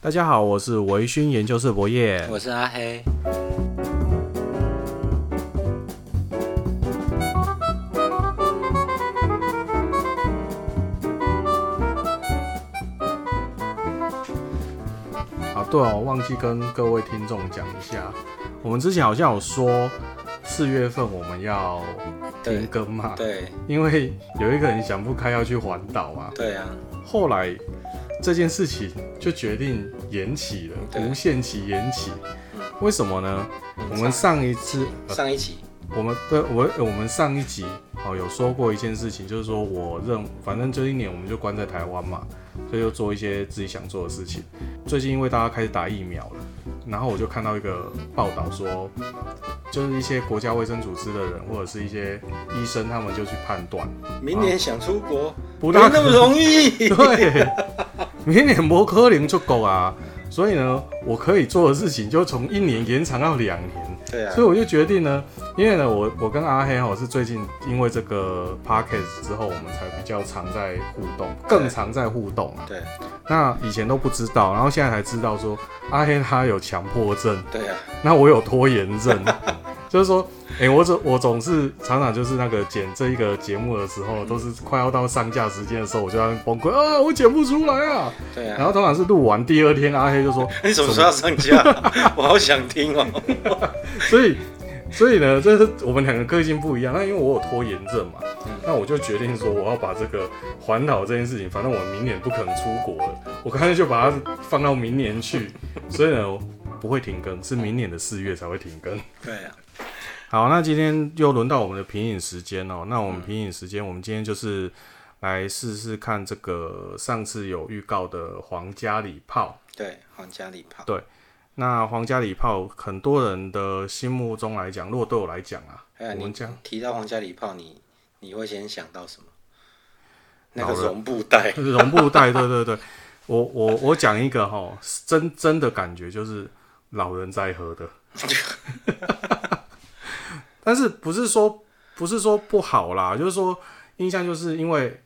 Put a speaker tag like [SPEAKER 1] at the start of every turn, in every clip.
[SPEAKER 1] 大家好，我是维勋研究室博业。
[SPEAKER 2] 我是阿黑，
[SPEAKER 1] 啊，对哦，忘记跟各位听众讲一下，我们之前好像有说四月份我们要停
[SPEAKER 2] 对
[SPEAKER 1] 更嘛，
[SPEAKER 2] 对
[SPEAKER 1] 因为有一个人想不开要去环岛啊，
[SPEAKER 2] 对啊，
[SPEAKER 1] 后来这件事情就决定延期了，
[SPEAKER 2] 对
[SPEAKER 1] 无限期延期。为什么呢？我们
[SPEAKER 2] 上
[SPEAKER 1] 上一次，呃
[SPEAKER 2] 上一期
[SPEAKER 1] 我们对我我们上一集哦有说过一件事情，就是说我认反正这一年我们就关在台湾嘛，所以就做一些自己想做的事情。最近因为大家开始打疫苗了，然后我就看到一个报道说，就是一些国家卫生组织的人或者是一些医生，他们就去判断，
[SPEAKER 2] 明年想出国，
[SPEAKER 1] 不
[SPEAKER 2] 没
[SPEAKER 1] 啊大
[SPEAKER 2] 那么容易。
[SPEAKER 1] 对，明年摩科林就够啊。所以呢，我可以做的事情就从一年延长到两年，
[SPEAKER 2] 对啊
[SPEAKER 1] 所以，我就决定呢，因为呢，我我跟阿黑哦是最近因为这个 podcast 之后，我们才比较常在互动，更常在互动啊。
[SPEAKER 2] 对
[SPEAKER 1] 那以前都不知道，然后现在才知道说阿黑他有强迫症，
[SPEAKER 2] 对啊，
[SPEAKER 1] 那我有拖延 症，就是说，哎、我总我总是常常就是那个剪这一个节目的时
[SPEAKER 2] 嗯
[SPEAKER 1] 候，都是快要到上架时间的时候，我就在那边崩溃啊，我剪不出来啊。
[SPEAKER 2] 对
[SPEAKER 1] 然
[SPEAKER 2] 啊。
[SPEAKER 1] 后通常是录完第二天，阿黑就说，
[SPEAKER 2] 你什么时候要上架？ 我好想听哦。
[SPEAKER 1] 所以，所以呢，这是我们两个个性不一样。那因为我有拖延症嘛，
[SPEAKER 2] 嗯
[SPEAKER 1] 那我就决定说，我要把这个环岛这件事情，反正我明年不可能出国了，我干脆就把它放到明年去。所以呢，我不会停更，是明年的四月才会停更。
[SPEAKER 2] 对啊，
[SPEAKER 1] 好，那今天又轮到我们的品饮时间哦。那我们品饮时间，我们今天就是来试试看这个上次有预告的皇家礼炮。
[SPEAKER 2] 对皇家礼炮，
[SPEAKER 1] 那皇家礼炮，很多人的心目中来讲，如果对我来讲啊，
[SPEAKER 2] 哎呀
[SPEAKER 1] 我
[SPEAKER 2] 你
[SPEAKER 1] 们讲。
[SPEAKER 2] 提到皇家礼炮，你你会先想到什么？那
[SPEAKER 1] 老
[SPEAKER 2] 个
[SPEAKER 1] 人
[SPEAKER 2] 绒布袋，
[SPEAKER 1] 绒布袋，对对对，我我我讲一个哈，真真的感觉就是老人在喝的，但是不是说不是说不好啦，就是说印象就是因为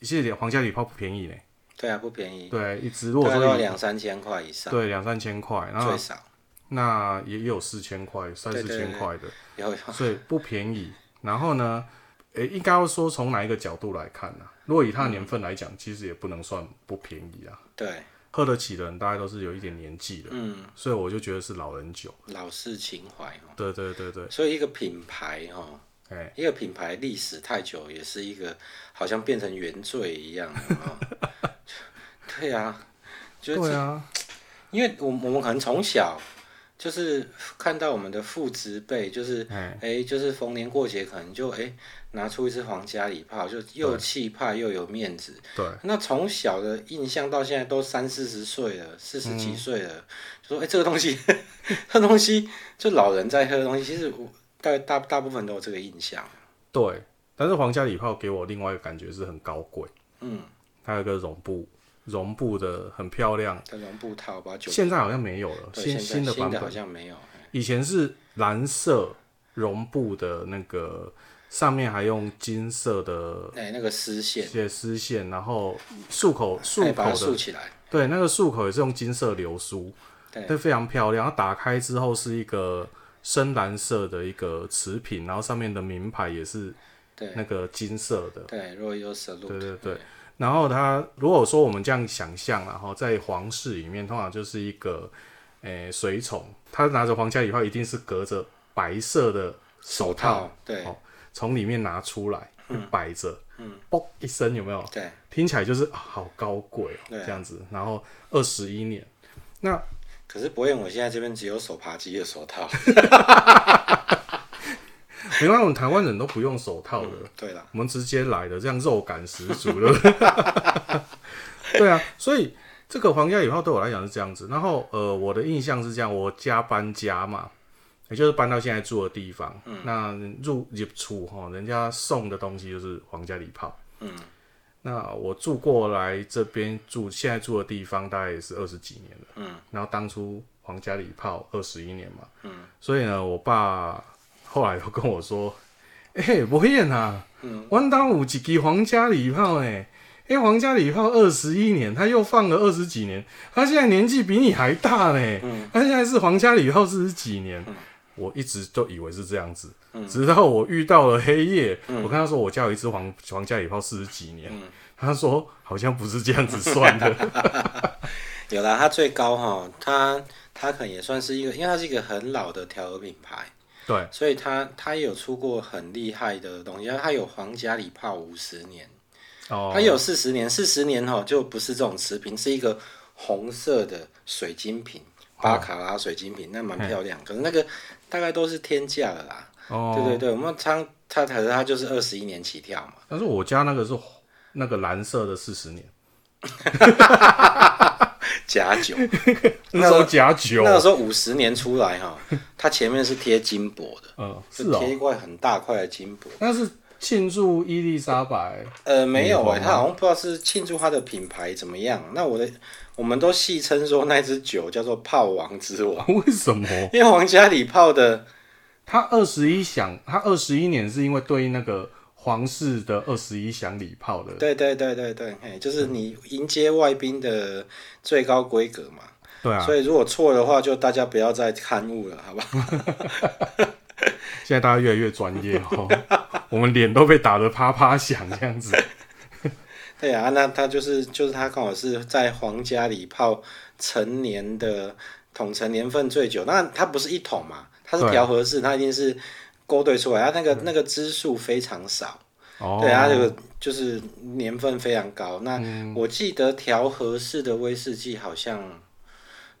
[SPEAKER 1] 其实皇家礼炮不便宜呢，
[SPEAKER 2] 对啊，不便宜，
[SPEAKER 1] 对，一只如果
[SPEAKER 2] 对啊，都要
[SPEAKER 1] 说以
[SPEAKER 2] 两三千块以上，
[SPEAKER 1] 对两三千块，然后
[SPEAKER 2] 最少。
[SPEAKER 1] 那也有四千块、三
[SPEAKER 2] 对
[SPEAKER 1] 四
[SPEAKER 2] 对
[SPEAKER 1] 千块的，
[SPEAKER 2] 有有
[SPEAKER 1] 所以不便宜。然后呢，诶、应该要说从哪一个角度来看呢、如果以它的年份来讲，其实也不能算不便宜啊。
[SPEAKER 2] 对，
[SPEAKER 1] 喝得起的人大概都是有一点年纪的，
[SPEAKER 2] 嗯，
[SPEAKER 1] 所以我就觉得是老人酒。
[SPEAKER 2] 老式情怀哦。
[SPEAKER 1] 对对对对，
[SPEAKER 2] 所以一个品牌哦，
[SPEAKER 1] 哎、
[SPEAKER 2] 一个品牌历史太久，也是一个好像变成原罪一样有没有 对啊，就是、
[SPEAKER 1] 对啊，
[SPEAKER 2] 因为我我们可能从小就是看到我们的父执辈，就是
[SPEAKER 1] 哎、
[SPEAKER 2] 哎、就是逢年过节可能就哎、拿出一支皇家礼炮，就又气派又有面子。
[SPEAKER 1] 对
[SPEAKER 2] 那从小的印象到现在都三四十岁了，四十
[SPEAKER 1] 嗯
[SPEAKER 2] 几岁了，就说哎、这个东西， 这东西就老人在喝的东西，其实我大大大部分都有这个印象。
[SPEAKER 1] 对。但是皇家礼炮给我另外一个感觉是很高贵，
[SPEAKER 2] 嗯，
[SPEAKER 1] 它有一个绒布，绒布的很漂亮。
[SPEAKER 2] 这绒布套吧，九
[SPEAKER 1] 现在好像没有了，
[SPEAKER 2] 对
[SPEAKER 1] 嗯呃新
[SPEAKER 2] 现在
[SPEAKER 1] 的版
[SPEAKER 2] 新的好
[SPEAKER 1] 本，
[SPEAKER 2] 像没有，
[SPEAKER 1] 以前是蓝色绒布的那个，上面还用金色的
[SPEAKER 2] 哎、那个丝
[SPEAKER 1] 一
[SPEAKER 2] 线，
[SPEAKER 1] 些丝线，然后束口束
[SPEAKER 2] 哎把它
[SPEAKER 1] 口的
[SPEAKER 2] 竖起来，
[SPEAKER 1] 对，那个束口也是用金色流苏，
[SPEAKER 2] 对
[SPEAKER 1] 对，非常漂亮。它打开之后是一个深蓝色的一个瓷瓶，然后上面的名牌也是
[SPEAKER 2] 对
[SPEAKER 1] 那个金色的。
[SPEAKER 2] 对，Royal Salute，嗯
[SPEAKER 1] 对对对，然后它如果说我们这样想象啦，然后在皇室里面，通常就是一个诶、随从，他拿着皇家礼炮，一定是隔着白色的手套
[SPEAKER 2] 套，对
[SPEAKER 1] 哦从里面拿出来，摆着，嗯，嘣一声，有没有？
[SPEAKER 2] 对，
[SPEAKER 1] 听起来就是、啊好高贵哦、
[SPEAKER 2] 对啊
[SPEAKER 1] 这样子。然后二十一年，那
[SPEAKER 2] 可是博彦，我现在这边只有手扒鸡的 手套，
[SPEAKER 1] 没办法，我们台湾人都不用手套的，
[SPEAKER 2] 对啦，
[SPEAKER 1] 我们直接来的，这样肉感十足的。 对啊，所以这个皇家礼炮对我来讲是这样子。然后呃，我的印象是这样，我家搬家嘛。也就是搬到现在住的地方，
[SPEAKER 2] 嗯
[SPEAKER 1] 那入入厝哈，人家送的东西就是皇家礼炮。
[SPEAKER 2] 嗯，
[SPEAKER 1] 那我住过来这边住，现在住的地方大概也是二十几年了。
[SPEAKER 2] 嗯，
[SPEAKER 1] 然后当初皇家礼炮二十一年嘛。嗯，所以呢，我爸后来又跟 我说：“哎、欸，博彦啊，嗯，我当有一支皇家礼炮呢，哎、哎、皇家礼炮二十一年，他又放了二十几年，他现在年纪比你还大呢。
[SPEAKER 2] 嗯
[SPEAKER 1] 他现在是皇家礼炮四十几年
[SPEAKER 2] 嗯，
[SPEAKER 1] 我一直都以为是这样子，
[SPEAKER 2] 嗯
[SPEAKER 1] 直到我遇到了黑夜，
[SPEAKER 2] 嗯
[SPEAKER 1] 我跟他说我家有一只皇皇家礼炮四十几年，
[SPEAKER 2] 嗯
[SPEAKER 1] 他说好像不是这样子算 的。
[SPEAKER 2] 有啦，它最高哈，它它可能也算是一个，因为它是一个很老的调和品牌，
[SPEAKER 1] 对，
[SPEAKER 2] 所以它它也有出过很厉害的东西，它有皇家礼炮五十年，
[SPEAKER 1] 哦，
[SPEAKER 2] 它也有四十年，四十年哈就不是这种瓷瓶，是一个红色的水晶瓶，
[SPEAKER 1] 哦
[SPEAKER 2] 巴卡拉水晶瓶，那蛮漂亮，可是那个大概都是天价的啦。
[SPEAKER 1] 哦，
[SPEAKER 2] 对对对，我们常它可是它就是二十一年起跳嘛。
[SPEAKER 1] 但是我家那个是那个蓝色的四十年，
[SPEAKER 2] 假酒，
[SPEAKER 1] 那
[SPEAKER 2] 那时
[SPEAKER 1] 时
[SPEAKER 2] 候
[SPEAKER 1] 候假酒，
[SPEAKER 2] 那个时候五十年出来 哈，它前面是贴金箔的，
[SPEAKER 1] 嗯，是
[SPEAKER 2] 就
[SPEAKER 1] 哦，
[SPEAKER 2] 贴一块很大块的金箔。
[SPEAKER 1] 那是庆祝伊丽莎白
[SPEAKER 2] 呃，没有
[SPEAKER 1] 女皇
[SPEAKER 2] 哎、
[SPEAKER 1] 吗
[SPEAKER 2] 它好像不知道是庆祝它的品牌怎么样。那我的，我们都戏称说那支酒叫做“炮王之王
[SPEAKER 1] 为什么？”，
[SPEAKER 2] 因为皇家礼炮的
[SPEAKER 1] 他二十一响，他二十一年是因为对应那个皇室的二十一响礼炮的，
[SPEAKER 2] 对对对对对，嘿，就是你迎接外宾的最高规格嘛。
[SPEAKER 1] 对啊，
[SPEAKER 2] 所以如果错的话，就大家不要再刊物了，好吧？
[SPEAKER 1] 现在大家越来越专业哦， 我们脸都被打得啪啪响这样子，
[SPEAKER 2] 对啊，那他就是就是他刚好是在皇家礼炮成年的桶成年份最久，那它不是一桶嘛，它是
[SPEAKER 1] 对
[SPEAKER 2] 调和式，它一定是勾兑出来，它那个那个支数非常少，
[SPEAKER 1] 哦，
[SPEAKER 2] 对，它这个就是年份非常高。那
[SPEAKER 1] 嗯
[SPEAKER 2] 我记得调和式的威士忌好像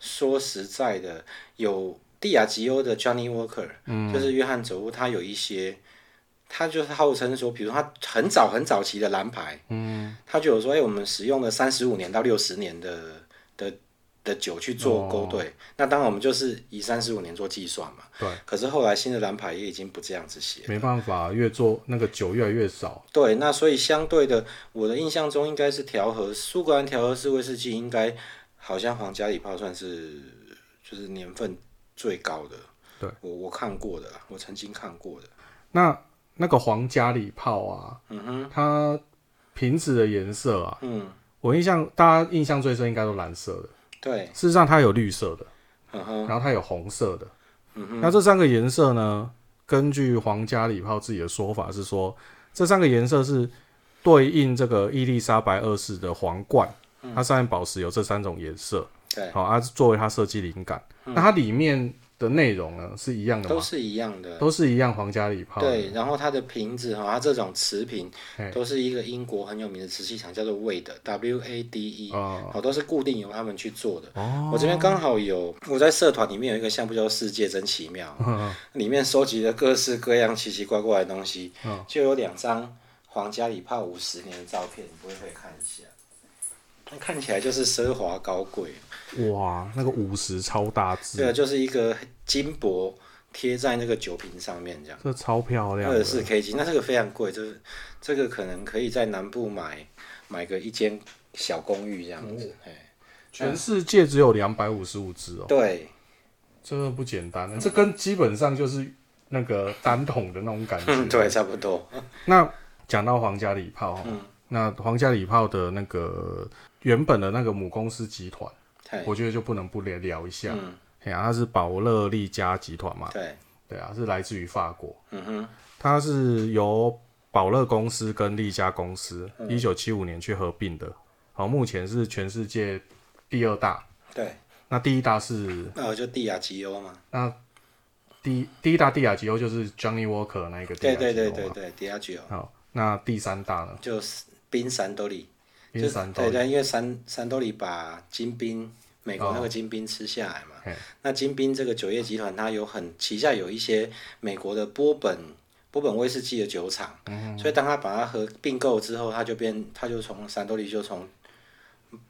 [SPEAKER 2] 说实在的，有蒂亚吉欧的 Johnny Walker，、就
[SPEAKER 1] 嗯
[SPEAKER 2] 是约翰佐夫，他有一些。他就是号称说，比如他很早很早期的蓝牌，
[SPEAKER 1] 嗯
[SPEAKER 2] 他就有说，哎、我们使用了三十五年到六十年的的的酒去做勾兑，那当然我们就是以三十五年做计算嘛。
[SPEAKER 1] 哦对。
[SPEAKER 2] 可是后来新的蓝牌也已经不这样子写。
[SPEAKER 1] 没办法，越做那个酒越来越少，
[SPEAKER 2] 哦对，那所以相对的，我的印象中应该是调和苏格兰调和式威士忌，应该好像皇家礼炮算是就是年份最高的。
[SPEAKER 1] 对，
[SPEAKER 2] 我我看过的啦，我曾经看过的。
[SPEAKER 1] 那那个皇家礼炮啊，
[SPEAKER 2] 嗯哼，
[SPEAKER 1] 它瓶子的颜色啊，
[SPEAKER 2] 嗯，
[SPEAKER 1] 我印象大家印象最深应该都蓝色的，
[SPEAKER 2] 对，
[SPEAKER 1] 事实上它有绿色的。
[SPEAKER 2] 嗯哼，
[SPEAKER 1] 然后它有红色的。
[SPEAKER 2] 嗯
[SPEAKER 1] 那这三个颜色呢？根据皇家礼炮自己的说法是说，这三个颜色是对应这个伊丽莎白二世的皇冠，它上面宝石有这三种颜色，
[SPEAKER 2] 嗯对，嗯
[SPEAKER 1] 好、它是作为它设计灵感。那它里面的内容呢是一样的
[SPEAKER 2] 都
[SPEAKER 1] 吗？
[SPEAKER 2] 是一样的。
[SPEAKER 1] 都是一样皇家礼炮。
[SPEAKER 2] 对，然后它的瓶子哈，它这种瓷瓶
[SPEAKER 1] 嘿
[SPEAKER 2] 都是一个英国很有名的瓷器厂，叫做 Wade W A D E，
[SPEAKER 1] 啊、
[SPEAKER 2] 好、都是固定由他们去做的。
[SPEAKER 1] 哦，
[SPEAKER 2] 我这边刚好有，我在社团里面有一个项目叫做“世界真 奇妙”，
[SPEAKER 1] 嗯
[SPEAKER 2] 里面收集了各式各样奇奇怪怪的东西，
[SPEAKER 1] 嗯
[SPEAKER 2] 就有两张皇家礼炮五十年的照片，你不会可以看一下？那看起来就是奢华高贵，
[SPEAKER 1] 哇，那个五十超大字，
[SPEAKER 2] 对啊，就是一个金箔贴在那个酒瓶上面这样。
[SPEAKER 1] 这超漂亮
[SPEAKER 2] 或
[SPEAKER 1] 的
[SPEAKER 2] 者是 K 金，那这个非常贵，这这个可能可以在南部买买个一间小公寓这样
[SPEAKER 1] 哦
[SPEAKER 2] 子。哎、
[SPEAKER 1] 全世界只有两百五十五只哦。
[SPEAKER 2] 对
[SPEAKER 1] 这个不简单了，这跟基本上就是那个单筒的那种感觉。
[SPEAKER 2] 对，差不多。
[SPEAKER 1] 那讲到皇家礼炮，
[SPEAKER 2] 嗯
[SPEAKER 1] 那皇家礼炮的那个原本的那个母公司集团，
[SPEAKER 2] 对
[SPEAKER 1] 我觉得就不能不聊聊一下。
[SPEAKER 2] 哎嗯
[SPEAKER 1] 哎呀、它是宝乐利加集团嘛，
[SPEAKER 2] 对，
[SPEAKER 1] 对啊，是来自于法国，
[SPEAKER 2] 嗯哼，
[SPEAKER 1] 它是由宝乐公司跟利嘉公司
[SPEAKER 2] 嗯
[SPEAKER 1] 一九七五年去合并的，好，目前是全世界第二大，
[SPEAKER 2] 对，
[SPEAKER 1] 那第一大是
[SPEAKER 2] 那我就蒂亚吉欧嘛。
[SPEAKER 1] 那第第一大地亚吉欧就是 Johnny Walker 那一个地亚
[SPEAKER 2] 对
[SPEAKER 1] 吉欧
[SPEAKER 2] 对
[SPEAKER 1] 嘛
[SPEAKER 2] 对对对，蒂亚吉欧
[SPEAKER 1] 好，那第三大呢？
[SPEAKER 2] 就是冰山兜里，
[SPEAKER 1] 冰山
[SPEAKER 2] 就
[SPEAKER 1] 头
[SPEAKER 2] 对对，因为山山兜里把金兵。美国那个金兵吃下来嘛，
[SPEAKER 1] 嘿
[SPEAKER 2] 那金兵这个酒业集团，它有很旗下有一些美国的波本波本威士忌的酒厂，
[SPEAKER 1] 嗯
[SPEAKER 2] 所以当他把它合并购之后，他就变，他就从山多利就从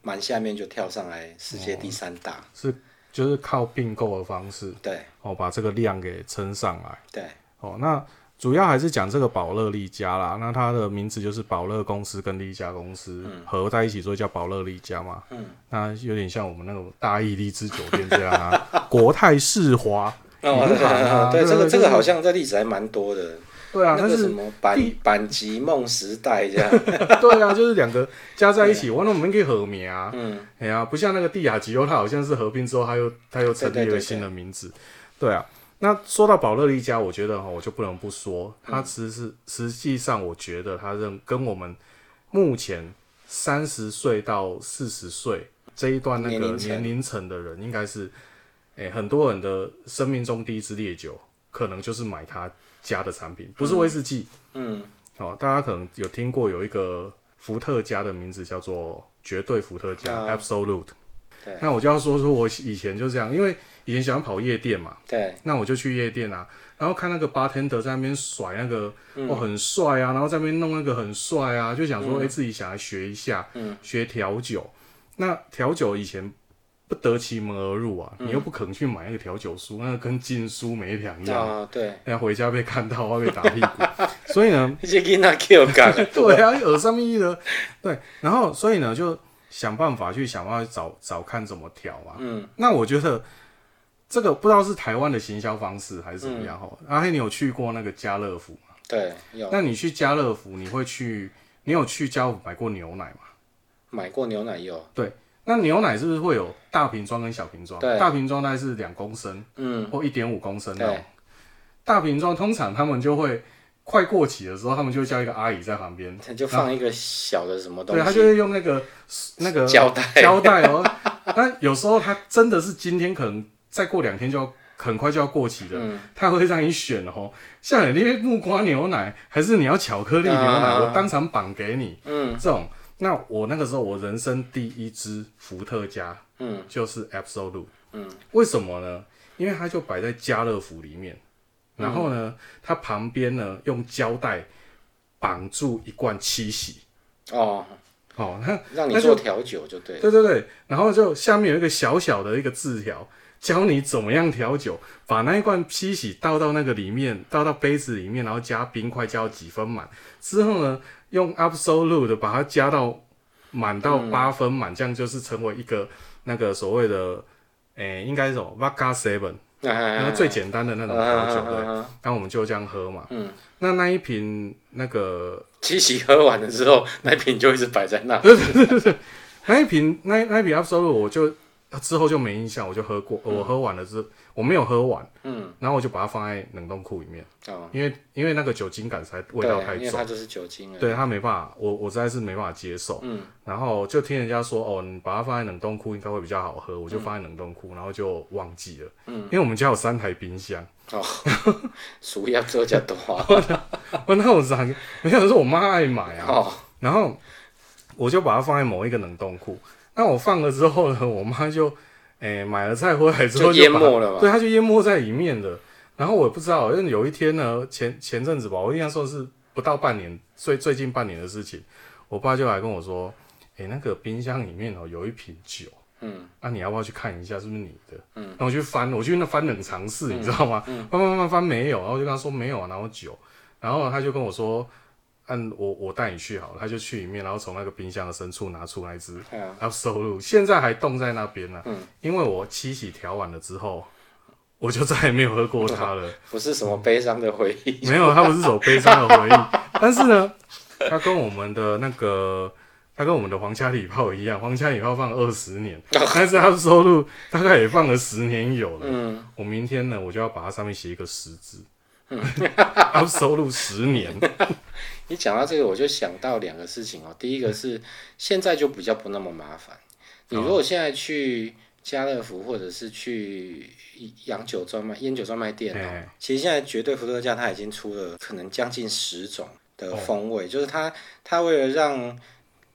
[SPEAKER 2] 蛮下面就跳上来世界第三大，
[SPEAKER 1] 是就是靠并购的方式
[SPEAKER 2] 对
[SPEAKER 1] 哦，把这个量给撑上来
[SPEAKER 2] 对，
[SPEAKER 1] 哦。那主要还是讲这个宝乐利家啦，那它的名字就是宝乐公司跟利家公司合在一起，所以叫宝乐利家嘛。
[SPEAKER 2] 嗯，
[SPEAKER 1] 那有点像我们那种大义荔枝酒店这样 啊，国泰世华。银行啊
[SPEAKER 2] 对
[SPEAKER 1] 对
[SPEAKER 2] 这个
[SPEAKER 1] 啊对
[SPEAKER 2] 这
[SPEAKER 1] 就
[SPEAKER 2] 个
[SPEAKER 1] 是
[SPEAKER 2] 好像这例子还蛮多的，
[SPEAKER 1] 对啊，
[SPEAKER 2] 那
[SPEAKER 1] 但
[SPEAKER 2] 个什
[SPEAKER 1] 是
[SPEAKER 2] 么板
[SPEAKER 1] 第
[SPEAKER 2] 板级梦时代这样，
[SPEAKER 1] 对啊，就是两个加在一起，完了我们可以合名啊。
[SPEAKER 2] 嗯，
[SPEAKER 1] 哎呀、不像那个蒂亚吉欧，它好像是合并之后，它又它又成
[SPEAKER 2] 对
[SPEAKER 1] 立
[SPEAKER 2] 对对
[SPEAKER 1] 了新的名字。对啊，那说到保乐利加，我觉得哈，我就不能不说，它其实实际上我觉得它认跟我们目前三十岁到四十岁这一段那
[SPEAKER 2] 年
[SPEAKER 1] 个
[SPEAKER 2] 龄层
[SPEAKER 1] 年龄层的人，应该是哎、很多人的生命中第一支烈酒，可能就是买他家的产品，不是威士忌。
[SPEAKER 2] 嗯，
[SPEAKER 1] 哦，大家可能有听过有一个伏特加的名字叫做绝对伏特加、
[SPEAKER 2] 啊
[SPEAKER 1] （Absolute）
[SPEAKER 2] 对。
[SPEAKER 1] 那我就要说说我以前就这样，因为以前喜欢跑夜店嘛，
[SPEAKER 2] 对，
[SPEAKER 1] 那我就去夜店啊，然后看那个 bartender 在那边甩那个，
[SPEAKER 2] 嗯
[SPEAKER 1] 哦，很帅啊，然后在那边弄那个很帅啊，就想说，哎、自己想来学一下，
[SPEAKER 2] 嗯
[SPEAKER 1] 学调酒。那调酒以前不得其门而入啊，
[SPEAKER 2] 嗯
[SPEAKER 1] 你又不肯去买那个调酒书，那个跟禁书没两样，
[SPEAKER 2] 啊对，
[SPEAKER 1] 那、回家被看到，会被打屁股。所以呢，
[SPEAKER 2] 这囡仔 Q 感，
[SPEAKER 1] 对啊，有上面的，对，然后所以呢，就想办法去想办法找找看怎么调嘛。
[SPEAKER 2] 嗯，
[SPEAKER 1] 那我觉得这个不知道是台湾的行销方式还是怎么样哈。阿黑，你有去过那个家乐福吗？
[SPEAKER 2] 对，嗯有
[SPEAKER 1] 那你去家乐福，你会去？你有去家乐福买过牛奶吗？
[SPEAKER 2] 买过牛奶有，
[SPEAKER 1] 那牛奶是不是会有大瓶装跟小瓶装？
[SPEAKER 2] 对
[SPEAKER 1] 大瓶装大概是两公升
[SPEAKER 2] 嗯，
[SPEAKER 1] 或一点五公升那
[SPEAKER 2] 对
[SPEAKER 1] 种。大瓶装通常他们就会快过期的时候，他们就会叫一个阿姨在旁边，
[SPEAKER 2] 他就放一个小的什么东
[SPEAKER 1] 对，他就
[SPEAKER 2] 西，
[SPEAKER 1] 会用那个那个
[SPEAKER 2] 胶带
[SPEAKER 1] 胶带哦。 但有时候他真的是今天可能再过两天就要很快就要过期的，
[SPEAKER 2] 嗯
[SPEAKER 1] 他会让你选哦，像你那些木瓜牛奶，还是你要巧克力牛奶，
[SPEAKER 2] 啊
[SPEAKER 1] 我当场绑给你
[SPEAKER 2] 嗯
[SPEAKER 1] 这种。那我那个时候我人生第一支伏特加
[SPEAKER 2] 嗯
[SPEAKER 1] 就是 Absolute，
[SPEAKER 2] 嗯，
[SPEAKER 1] 为什么呢？因为它就摆在家乐福里面，
[SPEAKER 2] 嗯
[SPEAKER 1] 然后呢，它旁边呢用胶带绑住一罐七喜，
[SPEAKER 2] 哦，
[SPEAKER 1] 哦，那
[SPEAKER 2] 让你
[SPEAKER 1] 那
[SPEAKER 2] 做
[SPEAKER 1] 就
[SPEAKER 2] 调酒就对了，
[SPEAKER 1] 对对对，然后就下面有一个小小的一个字条，教你怎么样调酒，把那一罐七喜倒到那个里面，倒到杯子里面，然后加冰块，加到几分满之后呢，用 absolute 把它加到满到八分满，这样就是成为一个那个所谓的，诶、应该是什么 vodka seven，那
[SPEAKER 2] 那
[SPEAKER 1] 个最简单的那
[SPEAKER 2] 啊
[SPEAKER 1] 种调酒，对，
[SPEAKER 2] 对，
[SPEAKER 1] 然后我们就这样喝嘛。
[SPEAKER 2] 嗯，
[SPEAKER 1] 那那一瓶那个
[SPEAKER 2] 七喜喝完了之后，那瓶就一直摆在 那，
[SPEAKER 1] 那一瓶那那一瓶 Absolute 我就之后就没印象，我就喝过，我喝完了之后我没有喝完，
[SPEAKER 2] 嗯，
[SPEAKER 1] 然后我就把它放在冷冻库里面，
[SPEAKER 2] 哦，
[SPEAKER 1] 因为因为那个酒精感实在味道
[SPEAKER 2] 对，
[SPEAKER 1] 太
[SPEAKER 2] 因为
[SPEAKER 1] 重
[SPEAKER 2] 它，就是酒精了，
[SPEAKER 1] 对它没办法，我我实在是没办法接受，
[SPEAKER 2] 嗯
[SPEAKER 1] 然后就听人家说哦，你把它放在冷冻库应该会比较好喝，我就放在冷冻库，然后就忘记了，
[SPEAKER 2] 嗯
[SPEAKER 1] 因，为我们家有三台冰箱，
[SPEAKER 2] 鼠要做加多，啊
[SPEAKER 1] 我那我三个没有是我妈爱买啊，
[SPEAKER 2] 哦，
[SPEAKER 1] 然后我就把它放在某一个冷冻库。那我放了之后呢，我妈就诶、买了菜回来之后
[SPEAKER 2] 就淹
[SPEAKER 1] 把
[SPEAKER 2] 没了嘛
[SPEAKER 1] 对，它就淹没在里面了。然后我也不知道，因为有一天呢，前前阵子吧，我印象说是不到半年，最最近半年的事情，我爸就来跟我说，诶、那个冰箱里面哦、有一瓶酒，
[SPEAKER 2] 嗯
[SPEAKER 1] 啊，你要不要去看一下是不是你的？
[SPEAKER 2] 嗯
[SPEAKER 1] 然后我去翻，我去那翻冷藏室，你知道吗？翻翻翻翻没有，然后我就跟他说没有啊，然后酒，然后他就跟我说，嗯，我我带你去好了，他就去里面，然后从那个冰箱的深处拿出那一只
[SPEAKER 2] 嗯
[SPEAKER 1] Absolute，现在还冻在那边呢、
[SPEAKER 2] 嗯
[SPEAKER 1] 因为我七喜调完了之后，我就再也没有喝过它 了。
[SPEAKER 2] 不是什么悲伤的回忆，
[SPEAKER 1] 没有，它不是首悲伤的回忆， 但是呢，它跟我们的那个，它跟我们的皇家礼炮一样，皇家礼炮放二十 年，但是它的收入大概也放了十年有了。
[SPEAKER 2] 嗯
[SPEAKER 1] 我明天呢，我就要把它上面写一个十字， 它收入十 年，
[SPEAKER 2] 你讲到这个，我就想到两个事情哦。第一个是现在就比较不那么麻烦，你如果现在去家乐福或者是去洋酒专卖、烟酒专卖店哦，
[SPEAKER 1] 哎
[SPEAKER 2] 其实现在绝对伏特加它已经出了可能将近十种的风味，就是它它为了让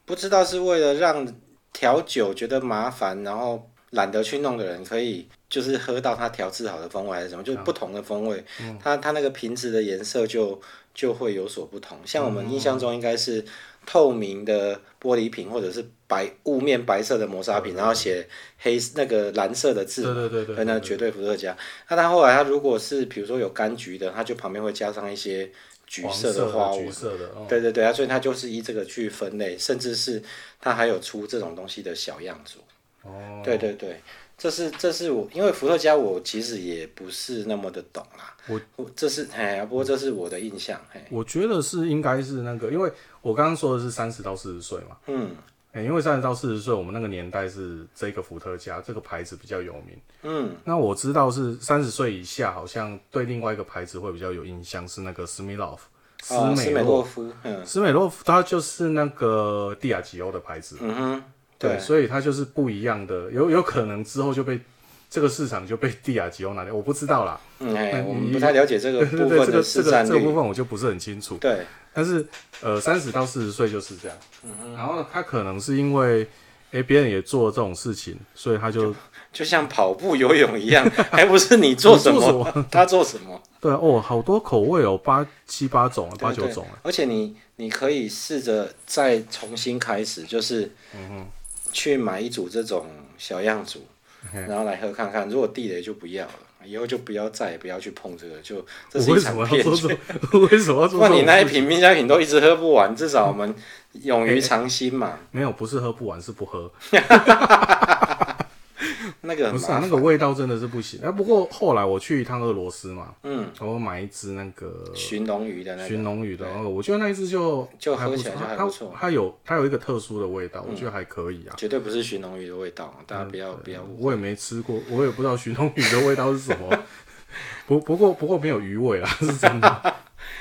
[SPEAKER 2] 不知道是为了让调酒觉得麻烦，然后懒得去弄的人可以。就是喝到它调制好的风味还是什么，就是不同的风味，它它那个瓶子的颜色就就会有所不同。像我们印象中应该是透明的玻璃瓶，或者是白雾面白色的磨砂瓶，然后写黑那个蓝色的字
[SPEAKER 1] 对
[SPEAKER 2] 嘛，
[SPEAKER 1] 嗯对对对
[SPEAKER 2] 那绝对伏特加。那它后来它如果是比如说有柑橘的，它就旁边会加上一些橘
[SPEAKER 1] 黄
[SPEAKER 2] 色的花
[SPEAKER 1] 橘
[SPEAKER 2] 纹。
[SPEAKER 1] 色的，哦
[SPEAKER 2] 对对对啊，所以它就是依这个去分类，甚至是它还有出这种东西的小样组。
[SPEAKER 1] 哦，
[SPEAKER 2] 对对对，这是这是我，因为伏特加我其实也不是那么的懂啦。
[SPEAKER 1] 我
[SPEAKER 2] 我这是哎，不过这是我的印象嘿。
[SPEAKER 1] 我觉得是应该是那个，因为我刚刚说的是三十到四十岁嘛，
[SPEAKER 2] 嗯
[SPEAKER 1] 哎、因为三十到四十岁，我们那个年代是这个伏特加这个牌子比较有名。
[SPEAKER 2] 嗯，
[SPEAKER 1] 那我知道是三十岁以下，好像对另外一个牌子会比较有印象，是那个斯米洛夫。斯
[SPEAKER 2] 哦，斯
[SPEAKER 1] 美
[SPEAKER 2] 美
[SPEAKER 1] 洛
[SPEAKER 2] 洛夫，嗯
[SPEAKER 1] 斯美洛夫，它就是那个蒂亚吉欧的牌子，
[SPEAKER 2] 嗯哼，对，
[SPEAKER 1] 所以它就是不一样的，有有可能之后就被这个市场就被蒂亚吉欧拿掉，我不知道啦。
[SPEAKER 2] 嗯哎，
[SPEAKER 1] 嗯
[SPEAKER 2] 我
[SPEAKER 1] 你
[SPEAKER 2] 们不太了解这个
[SPEAKER 1] 对
[SPEAKER 2] 部
[SPEAKER 1] 对对，
[SPEAKER 2] 分
[SPEAKER 1] 这
[SPEAKER 2] 的
[SPEAKER 1] 个这
[SPEAKER 2] 市
[SPEAKER 1] 个
[SPEAKER 2] 占
[SPEAKER 1] 这个部
[SPEAKER 2] 率，
[SPEAKER 1] 分我就不是很清楚。
[SPEAKER 2] 对，
[SPEAKER 1] 但是呃，三十到四十岁就是这样。
[SPEAKER 2] 嗯
[SPEAKER 1] 然后他可能是因为诶别人也做这种事情，所以他就
[SPEAKER 2] 就像跑步、游泳一样，还不是你做什
[SPEAKER 1] 你做
[SPEAKER 2] 么， 他做什么，
[SPEAKER 1] 对哦，好多口味哦，八七八种啊，
[SPEAKER 2] 对
[SPEAKER 1] 八九
[SPEAKER 2] 对
[SPEAKER 1] 种啊。
[SPEAKER 2] 而且你你可以试着再重新开始，就是
[SPEAKER 1] 嗯
[SPEAKER 2] 去买一组这种小样组，然后来喝看看。如果地雷就不要了，以后就不要再也不要去碰这个， 就
[SPEAKER 1] 我
[SPEAKER 2] 这是
[SPEAKER 1] 为
[SPEAKER 2] 一
[SPEAKER 1] 什
[SPEAKER 2] 场
[SPEAKER 1] 么要
[SPEAKER 2] 骗
[SPEAKER 1] 做
[SPEAKER 2] 局。
[SPEAKER 1] 这？我为什么要做
[SPEAKER 2] 那
[SPEAKER 1] 这
[SPEAKER 2] 你
[SPEAKER 1] 种？
[SPEAKER 2] 那一瓶冰箱品都一直喝不完，至少我们勇于尝新嘛。
[SPEAKER 1] 没有，不是喝不完，是不喝。
[SPEAKER 2] 那个很
[SPEAKER 1] 不是
[SPEAKER 2] 麻
[SPEAKER 1] 啊，那
[SPEAKER 2] 烦，
[SPEAKER 1] 个味道真的是不行。哎、不过后来我去一趟俄罗斯嘛，
[SPEAKER 2] 嗯，
[SPEAKER 1] 我买一只那个
[SPEAKER 2] 寻龙鱼的那个，
[SPEAKER 1] 寻龙鱼的，然后我觉得那一只就
[SPEAKER 2] 就
[SPEAKER 1] 还
[SPEAKER 2] 喝
[SPEAKER 1] 不
[SPEAKER 2] 起来
[SPEAKER 1] 错，
[SPEAKER 2] 就还
[SPEAKER 1] 它
[SPEAKER 2] 不
[SPEAKER 1] 它
[SPEAKER 2] 错嗯
[SPEAKER 1] 它有它有一个特殊的味道，我觉得还可以啊。
[SPEAKER 2] 绝对不是寻龙鱼的味道，大家不要不要误
[SPEAKER 1] 我也没吃过，我也不知道寻龙鱼的味道是什么。不不过不过没有鱼尾啦，是真的。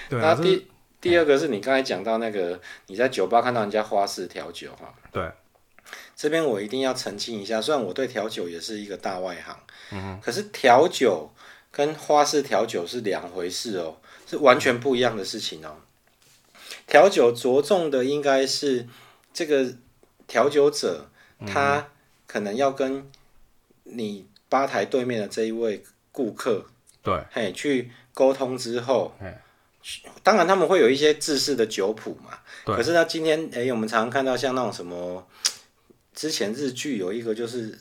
[SPEAKER 1] 对啊，
[SPEAKER 2] 那
[SPEAKER 1] 这是
[SPEAKER 2] 第第二个是你刚才讲到那个你在酒吧看到人家花式调酒哈，
[SPEAKER 1] 对，
[SPEAKER 2] 这边我一定要澄清一下，虽然我对调酒也是一个大外行，嗯，可是调酒跟花式调酒是两回事哦，是完全不一样的事情哦。调酒着重的应该是这个调酒者
[SPEAKER 1] 嗯
[SPEAKER 2] 他可能要跟你吧台对面的这一位顾客
[SPEAKER 1] 对，
[SPEAKER 2] 嘿，去沟通之后
[SPEAKER 1] 嘿，
[SPEAKER 2] 去当然他们会有一些制式的酒谱嘛。
[SPEAKER 1] 对
[SPEAKER 2] 可是呢，今天哎、诶我们常常看到像那种什么，之前日剧有一个就是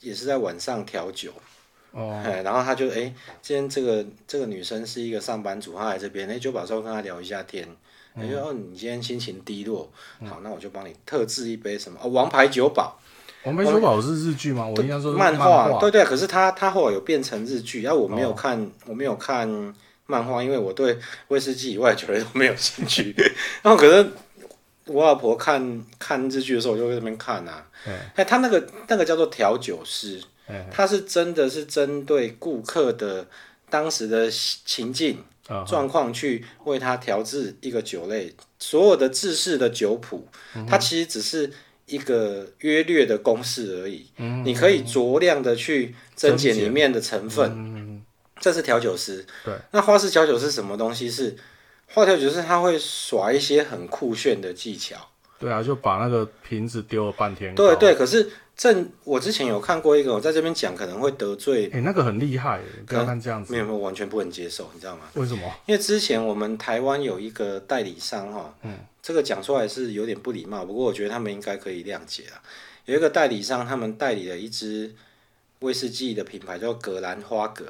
[SPEAKER 2] 也是在晚上调酒，
[SPEAKER 1] 哦，
[SPEAKER 2] 哎，然后他就哎、诶今天这个这个女生是一个上班族，她来这边，哎、酒保时候跟她聊一下天。
[SPEAKER 1] 嗯
[SPEAKER 2] 哎就哦，你今天心情低落，好，那我就帮你特制一杯什么哦，王牌酒保，
[SPEAKER 1] 王牌酒保是日剧吗？我印象说是
[SPEAKER 2] 漫
[SPEAKER 1] 画，哦
[SPEAKER 2] 对对，可是他他后来有变成日剧，然、后我没有看，我没有看漫画，因为我对威士忌以外的酒类都没有兴趣。 然后可是我老婆看看日剧的时候，我就会在那边看啊。
[SPEAKER 1] 嗯
[SPEAKER 2] 哎，他那个那个叫做调酒师，他是真的是针对顾客的当时的情境
[SPEAKER 1] 啊
[SPEAKER 2] 状况去为他调制一个酒类，所有的制式的酒谱，
[SPEAKER 1] 嗯
[SPEAKER 2] 它其实只是一个约略的公式而已。你可以酌量的去
[SPEAKER 1] 增
[SPEAKER 2] 增减里面的成分，这是调酒师。
[SPEAKER 1] 对，
[SPEAKER 2] 那花式调酒是什么东西？是花调酒师他会耍一些很酷炫的技巧。
[SPEAKER 1] 对啊，就把那个瓶子丢了半天。
[SPEAKER 2] 对对，可是正我之前有看过一个，我在这边讲可能会得罪，
[SPEAKER 1] 哎、那个很厉害耶，不要看这样子，
[SPEAKER 2] 没有没有完全不能接受，你知道吗？
[SPEAKER 1] 为什么？
[SPEAKER 2] 因为之前我们台湾有一个代理商哈，嗯，这个讲出来是有点不礼貌，不过我觉得他们应该可以谅解啦。有一个代理商，他们代理了一支威士忌的品牌叫格兰花格，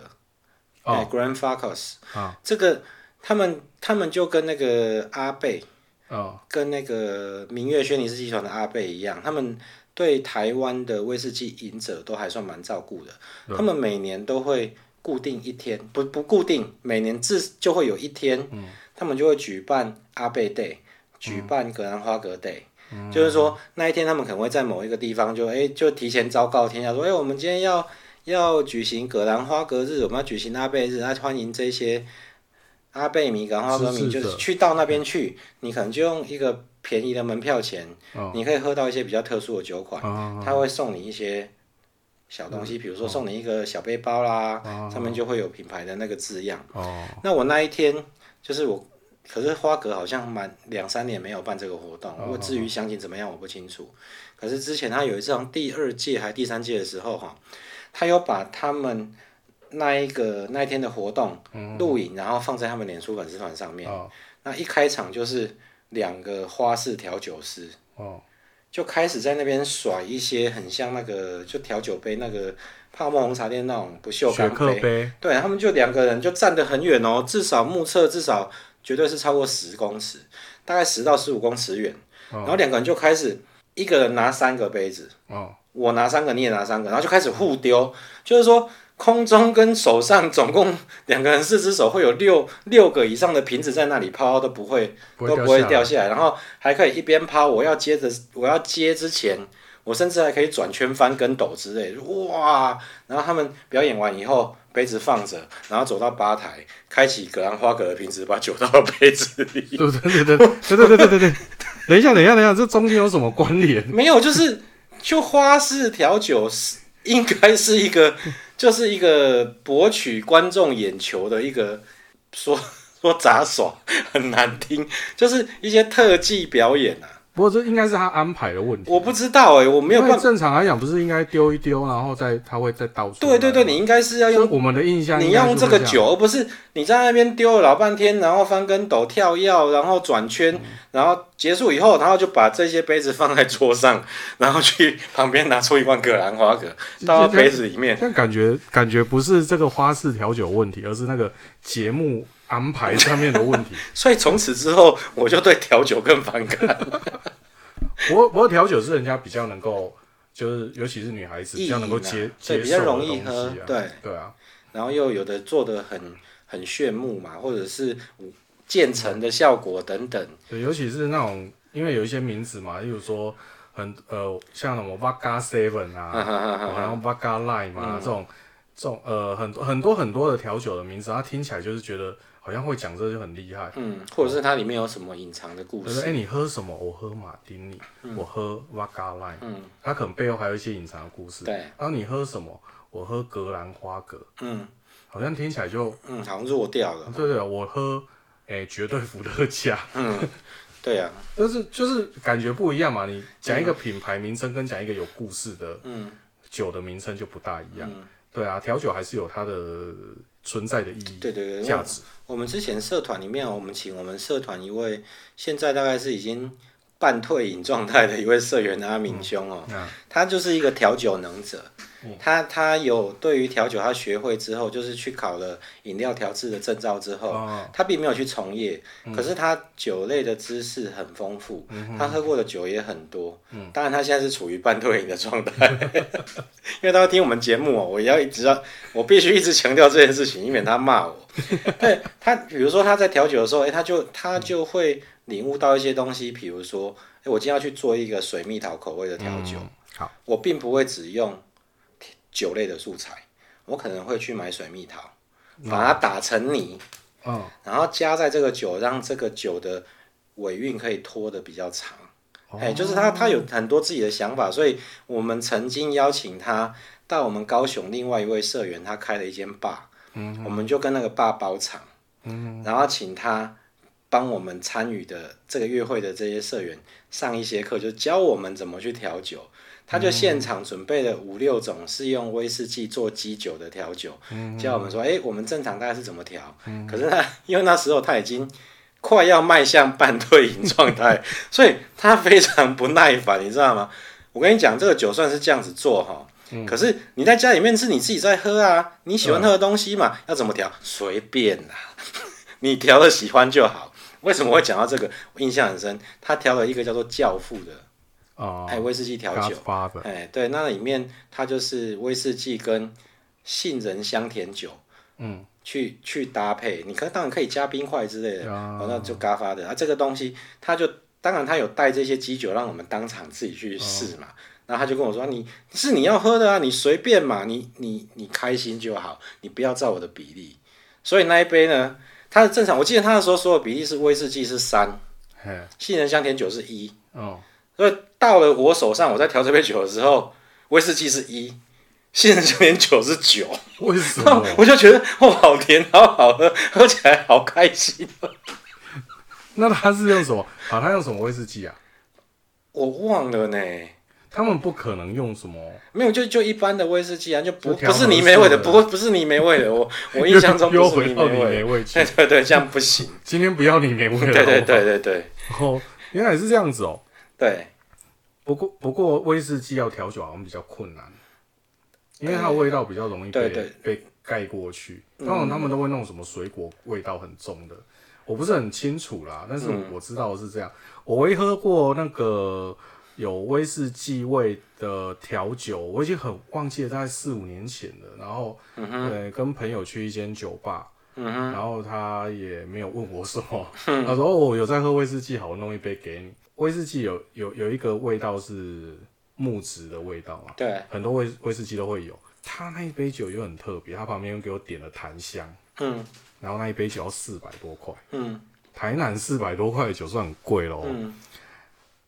[SPEAKER 1] 哦
[SPEAKER 2] 哎 Grand Farkas，
[SPEAKER 1] 啊
[SPEAKER 2] 这个他们他们就跟那个阿贝
[SPEAKER 1] 啊
[SPEAKER 2] 跟那个明月轩尼诗集团的阿贝一样，他们对台湾的威士忌饮者都还算蛮照顾的。他们每年都会固定一天，不不固定，每年至就会有一天，他们就会举办阿贝 Day，举办格兰花格 Day。就是说那一天他们可能会在某一个地方就哎、就提前昭告天下说哎、我们今天要要举行格兰花格日，我们要举行阿贝日，那欢迎这些阿贝米、格兰花格米，
[SPEAKER 1] 支持
[SPEAKER 2] 就
[SPEAKER 1] 者
[SPEAKER 2] 是去到那边去，你可能就用一个便宜的门票钱，你可以喝到一些比较特殊的酒款，
[SPEAKER 1] 啊！
[SPEAKER 2] 他会送你一些小东西，比如说送你一个小背包啦，上面就会有品牌的那个字样。
[SPEAKER 1] 哦，
[SPEAKER 2] 那我那一天就是我，可是花格好像满两三年没有办这个活
[SPEAKER 1] 哦
[SPEAKER 2] 动，我至于详情怎么样我不清楚。可是之前他有一次好像第二届还第三届的时候哈，他有把他们那一个那一天的活动录影，然后放在他们脸书粉丝团上面。
[SPEAKER 1] 嗯哦
[SPEAKER 2] 那一开场就是两个花式调酒师。
[SPEAKER 1] 哦，
[SPEAKER 2] 就开始在那边甩一些很像那个就调酒杯那个泡沫红茶店那种不锈
[SPEAKER 1] 雪
[SPEAKER 2] 钢
[SPEAKER 1] 克
[SPEAKER 2] 杯，
[SPEAKER 1] 杯，
[SPEAKER 2] 对他们就两个人就站得很远哦，至少目测至少绝对是超过十公尺，大概十到十五公尺远，然后两个人就开始一个人拿三个杯子，
[SPEAKER 1] 哦
[SPEAKER 2] 我拿三个，你也拿三个，然后就开始互丢，就是说空中跟手上总共两个人四只手会有六六个以上的瓶子在那里抛都不会
[SPEAKER 1] 不
[SPEAKER 2] 都
[SPEAKER 1] 会
[SPEAKER 2] 不
[SPEAKER 1] 掉
[SPEAKER 2] 会
[SPEAKER 1] 下来。
[SPEAKER 2] 掉下来，然后还可以一边抛，我要接着我要接之前，我甚至还可以转圈翻跟斗之类的，哇！然后他们表演完以后，杯子放着，然后走到吧台，开启格兰花格的瓶子，把酒倒到杯子里。
[SPEAKER 1] 对对对对对对对对对对，等一下等一下等一下，这中间有什么关联？
[SPEAKER 2] 没有，就是就花式调酒是应该是一个，就是一个博取观众眼球的一个说说杂耍很难听，就是一些特技表演啊。
[SPEAKER 1] 不过这应该是他安排的问题。
[SPEAKER 2] 我不知道哎、我没有
[SPEAKER 1] 因为
[SPEAKER 2] 办法。
[SPEAKER 1] 正常来讲，不是应该丢一丢，然后再他会再倒出来
[SPEAKER 2] 对对对，，你应该是要
[SPEAKER 1] 就是
[SPEAKER 2] 用
[SPEAKER 1] 我们的印象
[SPEAKER 2] 你
[SPEAKER 1] 应该
[SPEAKER 2] 要
[SPEAKER 1] 是
[SPEAKER 2] 用这
[SPEAKER 1] 会
[SPEAKER 2] 个
[SPEAKER 1] 样，
[SPEAKER 2] 酒，而不是你在那边丢了老半天，然后翻跟斗、跳跃，然后转
[SPEAKER 1] 嗯
[SPEAKER 2] 圈，然后结束以后，然后就把这些杯子放在桌上，然后去旁边拿出一罐葛兰花格倒到杯子里面。
[SPEAKER 1] 但感觉感觉不是这个花式调酒问题，而是那个节目安排上面的问 题。
[SPEAKER 2] 所以从此之后，我就对调酒更反感。
[SPEAKER 1] 不过不过调酒是人家比较能够，就是尤其是女孩子比较能够
[SPEAKER 2] 意
[SPEAKER 1] 接
[SPEAKER 2] 淫啊对
[SPEAKER 1] 接
[SPEAKER 2] 比较
[SPEAKER 1] 受的
[SPEAKER 2] 容
[SPEAKER 1] 东
[SPEAKER 2] 易
[SPEAKER 1] 西
[SPEAKER 2] 喝
[SPEAKER 1] 啊，
[SPEAKER 2] 对
[SPEAKER 1] 对啊，
[SPEAKER 2] 然后又有的做的很很炫目嘛，或者是渐层的效果等等。
[SPEAKER 1] 对，尤其是那种因为有一些名字嘛，例如说很呃像什么 Vodka Seven 啊，
[SPEAKER 2] 哈哈哈哈
[SPEAKER 1] 哦然后 Vodka Lime
[SPEAKER 2] 嗯
[SPEAKER 1] 啊、这种这种呃很多很多很多的调酒的名字，它听起来就是觉得好像会讲这就很厉害。
[SPEAKER 2] 嗯，或者是它里面有什么隐藏的故
[SPEAKER 1] 就是
[SPEAKER 2] 事？
[SPEAKER 1] 哎、你喝什么？我喝马丁尼，我喝 Vodka Lime，
[SPEAKER 2] 嗯，
[SPEAKER 1] 它可能背后还有一些隐藏的故事。
[SPEAKER 2] 对，
[SPEAKER 1] 然后你喝什么？我喝格兰花格，
[SPEAKER 2] 嗯
[SPEAKER 1] 好像听起来就
[SPEAKER 2] 嗯，好像弱掉了。
[SPEAKER 1] 对对，我喝哎、绝对伏特加，
[SPEAKER 2] 对啊，
[SPEAKER 1] 但是就是感觉不一样嘛。你讲一个品牌名称跟讲一个有故事的
[SPEAKER 2] 嗯
[SPEAKER 1] 酒的名称就不大一样。
[SPEAKER 2] 嗯，
[SPEAKER 1] 对啊，调酒还是有它的存在的意义、
[SPEAKER 2] 对对对，因为
[SPEAKER 1] 价值。
[SPEAKER 2] 我们之前社团里面，我们请我们社团一位现在大概是已经半退隐状态的一位社员阿明兄哦，
[SPEAKER 1] 嗯
[SPEAKER 2] 他就是一个调酒能者，他他有对于调酒他学会之后，就是去考了饮料调制的证照之后，
[SPEAKER 1] 哦嗯
[SPEAKER 2] 他并没有去从业，可是他酒类的知识很丰富，他喝过的酒也很多。
[SPEAKER 1] 嗯
[SPEAKER 2] 当然他现在是处于半退隐的状态， 因为他要听我们节目哦，我要一直要，我必须一直强调这件事情，以免他骂 我。对他，比如说他在调酒的时候，哎、他就他就会领悟到一些东西，比如说，哎、我今天要去做一个水蜜桃口味的调酒，
[SPEAKER 1] 嗯好，
[SPEAKER 2] 我并不会只用酒类的素材，我可能会去买水蜜桃，把它打成泥。
[SPEAKER 1] 嗯，
[SPEAKER 2] 然后加在这个酒，让这个酒的尾韵可以拖得比较长。哎、就是他他有很多自己的想法，所以我们曾经邀请他到我们高雄另外一位社员，他开了一间坝，嗯，我们就跟那个坝包场，嗯，然后请他帮我们参与的这个约会的这些社员上一些课，就教我们怎么去调酒。他就现场准备了五六种是用威士忌做基酒的调酒，教我们说，哎、我们正常大概是怎么调。可是他因为那时候他已经快要迈向半退隐状态， 所以他非常不耐烦，你知道吗？我跟你讲，这个酒算是这样子做哈。可是你在家里面是你自己在喝啊，你喜欢喝的东西嘛，要怎么调随便啦、 你调了喜欢就好。为什么会讲到这个？我印象很深，他调了一个叫做《教父》的
[SPEAKER 1] 哦
[SPEAKER 2] 哎威士忌调酒，
[SPEAKER 1] ，Godfather，
[SPEAKER 2] 哎，对，那里面它就是威士忌跟杏仁香甜酒，嗯，去去搭配，你可当然可以加冰块之类的，
[SPEAKER 1] 啊
[SPEAKER 2] 哦，那就嘎发的啊，这个东西它就当然它有带这些基酒让我们当场自己去试嘛。然后他就跟我说：“啊你是你要喝的啊，你随便嘛，你你你开心就好，你不要照我的比例。”所以那一杯呢，它的正常，我记得他的时候所有比例是威士忌是三，
[SPEAKER 1] 嘿，
[SPEAKER 2] 杏仁香甜酒是一，
[SPEAKER 1] 哦，
[SPEAKER 2] 所以到了我手上，我在调这杯酒的时候，威士忌是一，杏仁连酒是九，
[SPEAKER 1] 为什
[SPEAKER 2] 然后
[SPEAKER 1] 么？
[SPEAKER 2] 我就觉得哦，好甜，好好喝，喝起来好开心。
[SPEAKER 1] 那他是用什么？啊，他用什么威士忌啊？
[SPEAKER 2] 我忘了呢，
[SPEAKER 1] 他们不可能用什么，
[SPEAKER 2] 没有就就一般的威士忌啊，就
[SPEAKER 1] 就
[SPEAKER 2] 不
[SPEAKER 1] 调
[SPEAKER 2] 不
[SPEAKER 1] 和
[SPEAKER 2] 是泥煤味
[SPEAKER 1] 色
[SPEAKER 2] 的，
[SPEAKER 1] 的
[SPEAKER 2] 不不是泥煤味的，我我印象中
[SPEAKER 1] 又 又
[SPEAKER 2] 不是
[SPEAKER 1] 回
[SPEAKER 2] 泥
[SPEAKER 1] 到你
[SPEAKER 2] 煤
[SPEAKER 1] 没
[SPEAKER 2] 味，
[SPEAKER 1] 味啊去
[SPEAKER 2] 对。对对，这样不行，
[SPEAKER 1] 今天不要你没味了。
[SPEAKER 2] 对对对对对
[SPEAKER 1] 哦，原来是这样子哦。
[SPEAKER 2] 对，
[SPEAKER 1] 不过不过威士忌要调酒好像比较困难，因为它的味道比较容易被、
[SPEAKER 2] 对对嗯
[SPEAKER 1] 被盖过去。通常他们都会弄什么水果味道很重的，
[SPEAKER 2] 嗯
[SPEAKER 1] 我不是很清楚啦，但是我知道是这样。我唯一喝过那个有威士忌味的调酒，我已经很忘记了，大概四五年前了。然后，
[SPEAKER 2] 嗯
[SPEAKER 1] 呃，跟朋友去一间酒吧，
[SPEAKER 2] 嗯哼，
[SPEAKER 1] 然后他也没有问我什么，他说：“哦，我有在喝威士忌，好，我弄一杯给你。”威士忌有有有一个味道是木质的味道嘛，
[SPEAKER 2] 对，
[SPEAKER 1] 很多威威士忌都会有。他那一杯酒又很特别，他旁边又给我点了檀香，
[SPEAKER 2] 嗯
[SPEAKER 1] 然后那一杯酒要四百多块，
[SPEAKER 2] 嗯
[SPEAKER 1] 台南四百多块的酒算很贵咯。
[SPEAKER 2] 嗯，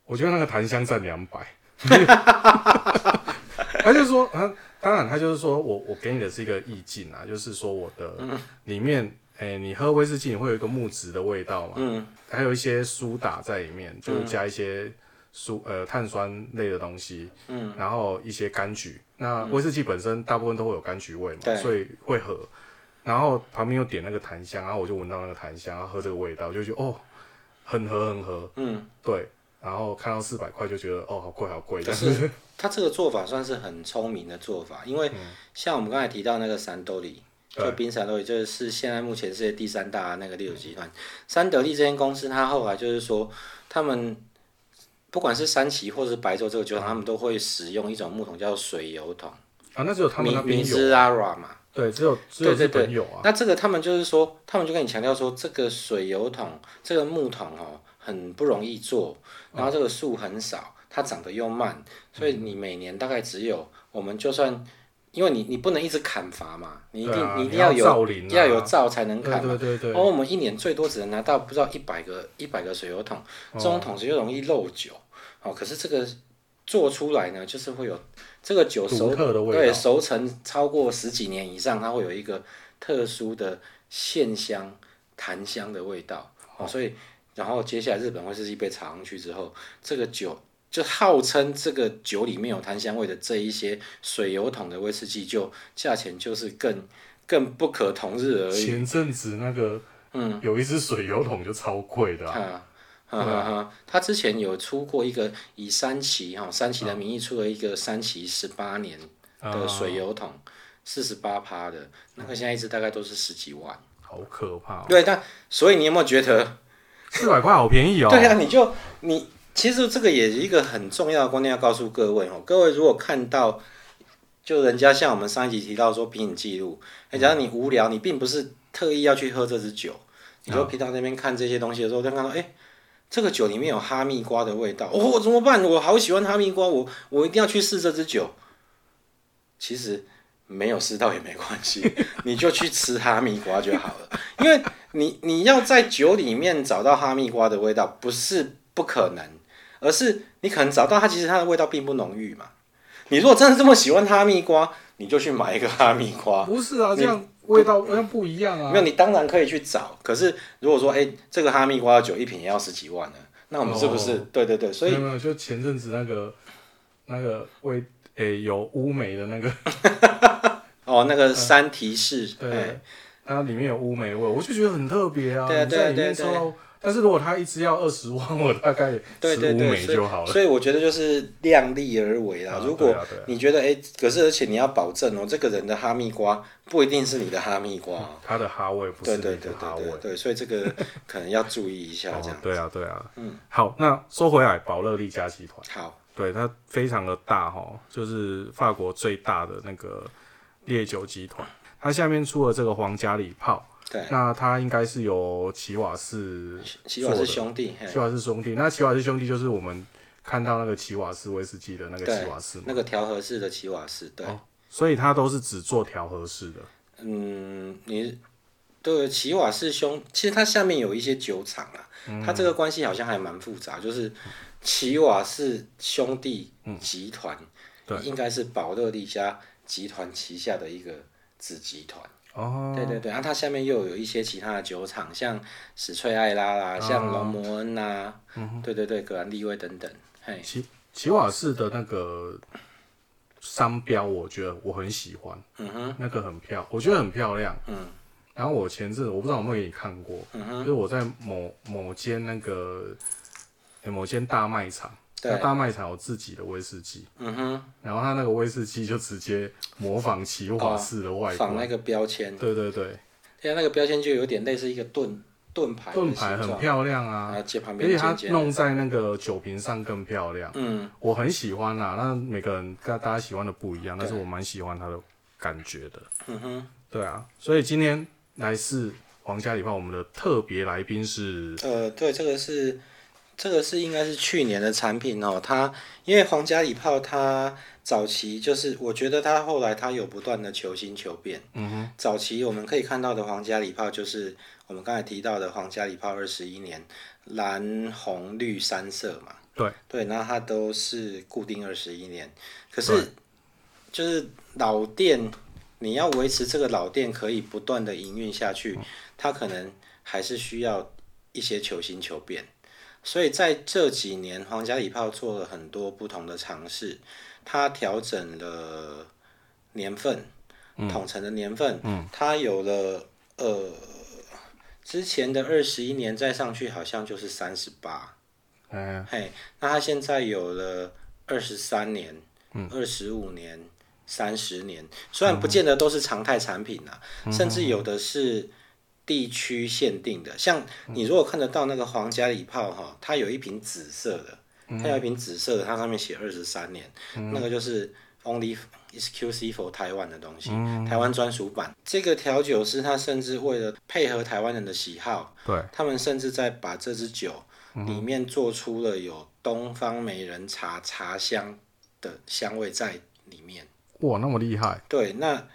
[SPEAKER 1] 我觉得那个檀香占两 百，他就说啊，当然他就是说我我给你的是一个意境啊，就是说我的里面，哎、你喝威士忌你会有一个木质的味道嘛，
[SPEAKER 2] 嗯，
[SPEAKER 1] 还有一些苏打在里面，就是加一些苏呃碳酸类的东西，
[SPEAKER 2] 嗯，
[SPEAKER 1] 然后一些柑橘，那威士忌本身大部分都会有柑橘味嘛，
[SPEAKER 2] 对
[SPEAKER 1] 所以会合，然后旁边又点那个檀香，然后我就闻到那个檀香，然后喝这个味道，就觉得哦，很合很合，
[SPEAKER 2] 嗯，
[SPEAKER 1] 对，然后看到四百块就觉得哦，好贵好贵，
[SPEAKER 2] 可
[SPEAKER 1] 但
[SPEAKER 2] 是他这个做法算是很聪明的做法，因为像我们刚才提到那个山兜里，
[SPEAKER 1] 嗯对
[SPEAKER 2] 就冰山兜里，就是现在目前世界第三大那个烈酒集团，三得利这间公司，它后来就是说，他们不管是山崎或是白州这个酒
[SPEAKER 1] 嗯
[SPEAKER 2] 厂，他们都会使用一种木桶叫水油桶，
[SPEAKER 1] 啊，那只有他们那
[SPEAKER 2] 明明
[SPEAKER 1] 边有，啊
[SPEAKER 2] 知 Lara 嘛。
[SPEAKER 1] 对，只有只有
[SPEAKER 2] 对对
[SPEAKER 1] 日本有啊，
[SPEAKER 2] 那这个他们就是说，他们就跟你强调说，这个水油桶、这个木桶哦，很不容易做，然后这个树很少，它长得又慢，所以你每年大概只有我们就算，因为你你不能一直砍伐嘛，你一定、
[SPEAKER 1] 对啊
[SPEAKER 2] 一定
[SPEAKER 1] 你
[SPEAKER 2] 要
[SPEAKER 1] 要
[SPEAKER 2] 有
[SPEAKER 1] 造林啊
[SPEAKER 2] 要有造才能
[SPEAKER 1] 对
[SPEAKER 2] 砍嘛。哦
[SPEAKER 1] 对对对，
[SPEAKER 2] 而我们一年最多只能拿到不知道一百个一百个水油桶，
[SPEAKER 1] 哦
[SPEAKER 2] 这种桶子又容易漏酒，哦，可是这个做出来呢，就是会有这个酒熟
[SPEAKER 1] 独特的味道
[SPEAKER 2] 对，熟成超过十几年以上，它会有一个特殊的线香、檀香的味道。哦，所以然后接下来日本威士忌被炒上去之后，这个酒就号称这个酒里面有檀香味的这一些水油桶的威士忌就，价钱就是更更不可同日而语。
[SPEAKER 1] 前阵子那个，嗯，有一只水油桶就超贵的啊、
[SPEAKER 2] 啊。哈哈哈，他之前有出过一个以三崎哈三崎的名义出了一个三崎十八年的水油桶，四十八趴的那个，现在一支大概都是十几万。
[SPEAKER 1] 好可怕、哦，
[SPEAKER 2] 对，但所以你有没有觉得？
[SPEAKER 1] 四百块好便宜哦，
[SPEAKER 2] 对啊，你就你其实这个也是一个很重要的观念要告诉各位哦，各位如果看到就人家像我们上一集提到说品饮记录，哎，假如你无聊，你并不是特意要去喝这支酒，你就平常那边看这些东西的时候，就看到哎。这个酒里面有哈密瓜的味道，哦，怎么办？我好喜欢哈密瓜，我我一定要去试这支酒。其实没有试到也没关系， 你就去吃哈密瓜就好了，因为你你要在酒里面找到哈密瓜的味道，不是不可能，而是你可能找到它，其实它的味道并不浓郁嘛。你如果真的这么喜欢哈密瓜，你就去买一个哈密瓜，
[SPEAKER 1] 不是啊，这样味道好像不一样啊
[SPEAKER 2] 没，有，你当然可以去找。可是如果说，哎、这个哈密瓜酒一瓶也要十几万呢，那我们是不是？
[SPEAKER 1] 哦
[SPEAKER 2] 对对对，所以
[SPEAKER 1] 没有没有，就前阵子那个那个味，诶、有乌梅的那个，
[SPEAKER 2] 哦，那个三提示，哎、
[SPEAKER 1] 嗯对，它里面有乌梅味，我就觉得很特别啊，
[SPEAKER 2] 对啊
[SPEAKER 1] 你
[SPEAKER 2] 对啊
[SPEAKER 1] 在里面
[SPEAKER 2] 对
[SPEAKER 1] 抽
[SPEAKER 2] 啊对啊
[SPEAKER 1] 到，但是如果它一支要二十万， 我大概
[SPEAKER 2] 对
[SPEAKER 1] 吃
[SPEAKER 2] 对
[SPEAKER 1] 乌
[SPEAKER 2] 对，
[SPEAKER 1] 梅
[SPEAKER 2] 所以
[SPEAKER 1] 就好了。
[SPEAKER 2] 所以我觉得就是量力而为啦。
[SPEAKER 1] 啊
[SPEAKER 2] 如果
[SPEAKER 1] 对啊对啊
[SPEAKER 2] 你觉得哎、诶可是而且你要保证哦，这个人的哈密瓜不一定是你的哈密瓜哦、
[SPEAKER 1] 它的哈嗯味不是
[SPEAKER 2] 对
[SPEAKER 1] 你
[SPEAKER 2] 对对
[SPEAKER 1] 的哈
[SPEAKER 2] 对
[SPEAKER 1] 味
[SPEAKER 2] 对。对，所以这 个可能要注意一下
[SPEAKER 1] 哦
[SPEAKER 2] 这样。，
[SPEAKER 1] 对啊，对啊，嗯，好，那说回来，宝乐利家集团，
[SPEAKER 2] 好，
[SPEAKER 1] 对它非常的大哈，就是法国最大的那个烈酒集团，它下面出了这个皇家礼炮，
[SPEAKER 2] 对，
[SPEAKER 1] 那它应该是由齐瓦士
[SPEAKER 2] 希望
[SPEAKER 1] 做
[SPEAKER 2] 是
[SPEAKER 1] 的
[SPEAKER 2] 兄弟，嘿
[SPEAKER 1] 齐瓦士兄弟，那齐瓦士兄弟就是我们看到那个齐瓦士威士忌的那个
[SPEAKER 2] 对
[SPEAKER 1] 齐瓦士嘛，
[SPEAKER 2] 那个调和式的奇瓦士，对。
[SPEAKER 1] 所以它都是只做调和式的，
[SPEAKER 2] 嗯，你对奇瓦士兄，其实它下面有一些酒厂啊，
[SPEAKER 1] 嗯
[SPEAKER 2] 它这个关系好像还蛮复杂，就是奇瓦士兄弟集团，
[SPEAKER 1] 对
[SPEAKER 2] 应该是宝乐利家集团旗下的一个子集团。
[SPEAKER 1] 哦，
[SPEAKER 2] 对对对，然、后它下面又有一些其他的酒厂，像史翠艾拉
[SPEAKER 1] 啊
[SPEAKER 2] 啦，像龙摩恩啦，
[SPEAKER 1] 嗯
[SPEAKER 2] 对对对，格兰利威等等，嘿，
[SPEAKER 1] 齐齐瓦士的那个商标，我觉得我很喜欢，
[SPEAKER 2] 嗯哼，
[SPEAKER 1] 那个很漂，我觉得很漂亮。
[SPEAKER 2] 嗯
[SPEAKER 1] 然后我前阵子我不知道有没有给你看过，
[SPEAKER 2] 嗯
[SPEAKER 1] 就是我在某某间那个、诶某间大卖场，那
[SPEAKER 2] 对，
[SPEAKER 1] 大卖场有自己的威士忌，
[SPEAKER 2] 嗯哼，
[SPEAKER 1] 然后它那个威士忌就直接模仿齐瓦士的外观，
[SPEAKER 2] 仿哦那个标签，
[SPEAKER 1] 对对对，
[SPEAKER 2] 对啊，那个标签就有点类似一个盾盾牌的
[SPEAKER 1] 盾牌
[SPEAKER 2] 形
[SPEAKER 1] 很
[SPEAKER 2] 状
[SPEAKER 1] 漂亮啊，
[SPEAKER 2] 啊，接旁
[SPEAKER 1] 而
[SPEAKER 2] 边
[SPEAKER 1] 且
[SPEAKER 2] 尖
[SPEAKER 1] 它
[SPEAKER 2] 尖的
[SPEAKER 1] 弄在那个酒瓶上更漂亮，
[SPEAKER 2] 嗯
[SPEAKER 1] 我很喜欢啦。那每个人大大家喜欢的不一样，但是我蛮喜欢它的感觉的。
[SPEAKER 2] 嗯哼，
[SPEAKER 1] 对啊，所以今天来是皇家礼炮，我们的特别来宾是
[SPEAKER 2] 呃，对，这个是这个是应该是去年的产品哦。它因为皇家礼炮，它早期就是我觉得它后来它有不断的求新求变。嗯哼，早期我们可以看到的皇家礼炮就是我们刚才提到的皇家礼炮二十一年蓝红绿三色嘛。
[SPEAKER 1] 对
[SPEAKER 2] 对，那它都是固定二十一年，可是就是老店，你要维持这个老店可以不断的营运下去，它可能还是需要一些求新求变。所以在这几年，皇家礼炮做了很多不同的尝试，它调整了年份，统称的年份，它有了呃之前的二十一年再上去，好像就是三十八。
[SPEAKER 1] 嗯
[SPEAKER 2] 嘿，那他现在有了二十三年、二十五年、三十年，虽然不见得都是常态产品啊，甚至有的是地区限定的。像你如果看得到那个皇家礼炮哈，它有一瓶紫色的，它有一瓶紫色的，它上面写二十三年，那个就是 Only Exclusive for 台湾的东西，台湾专属版。这个调酒师他甚至为了配合台湾人的喜好。
[SPEAKER 1] 对，
[SPEAKER 2] 他们甚至在把这支酒里面做出了有东方美人茶茶香的香味在里面。
[SPEAKER 1] 哇，那么厉害，
[SPEAKER 2] 对，那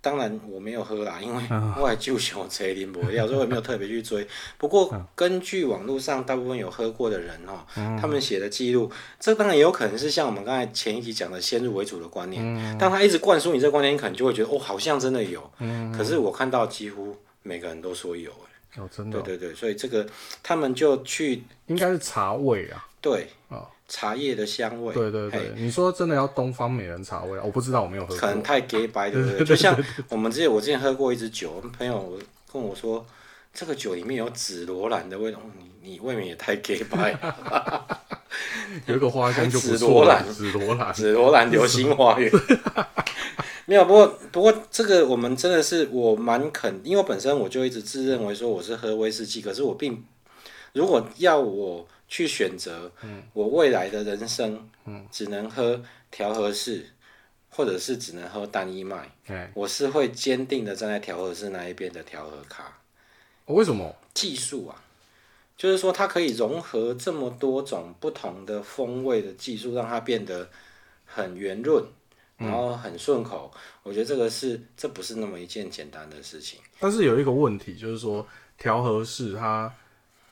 [SPEAKER 2] 当然我没有喝啦，因为
[SPEAKER 1] 啊
[SPEAKER 2] 我也就想这林不料，所以我也没有特别去追。不
[SPEAKER 1] 啊
[SPEAKER 2] 过根据网络上大部分有喝过的人哦，
[SPEAKER 1] 嗯
[SPEAKER 2] 他们写的记录，这当然也有可能是像我们刚才前一集讲的先入为主的观念。
[SPEAKER 1] 嗯
[SPEAKER 2] 当他一直灌输你这个观念，你可能就会觉得哦，好像真的有。
[SPEAKER 1] 嗯
[SPEAKER 2] 可是我看到几乎每个人都说有。欸
[SPEAKER 1] 哦，真的
[SPEAKER 2] 对对对，所以这个他们就去
[SPEAKER 1] 应该是茶味啊。
[SPEAKER 2] 对
[SPEAKER 1] 哦
[SPEAKER 2] 茶叶的香味，
[SPEAKER 1] 对对对，你说真的要东方美人茶味啊？我不知道，我没有喝
[SPEAKER 2] 可
[SPEAKER 1] 过。
[SPEAKER 2] 能太 gay 白，对不对？就像我们之前我之前喝过一支酒，朋友跟我说这个酒里面有紫罗兰的味道，哦你你未免也太 gay 白 了，
[SPEAKER 1] 有一个花香就不错了，紫罗兰。
[SPEAKER 2] 紫罗兰流星花园。 没有，不过不过这个我们真的是我蛮肯，因为我本身我就一直自认为说我是喝威士忌，可是我并如果要我去选择，我未来的人生，只能喝调和式，或者是只能喝单一麦，
[SPEAKER 1] 哎，
[SPEAKER 2] 我是会坚定的站在调和式那一边的调和咖。
[SPEAKER 1] 为什么？
[SPEAKER 2] 技术啊，就是说它可以融合这么多种不同的风味的技术，让它变得很圆润，然后很顺口。我觉得这个是这不是那么一件简单的事情。
[SPEAKER 1] 但是有一个问题，就是说调和式它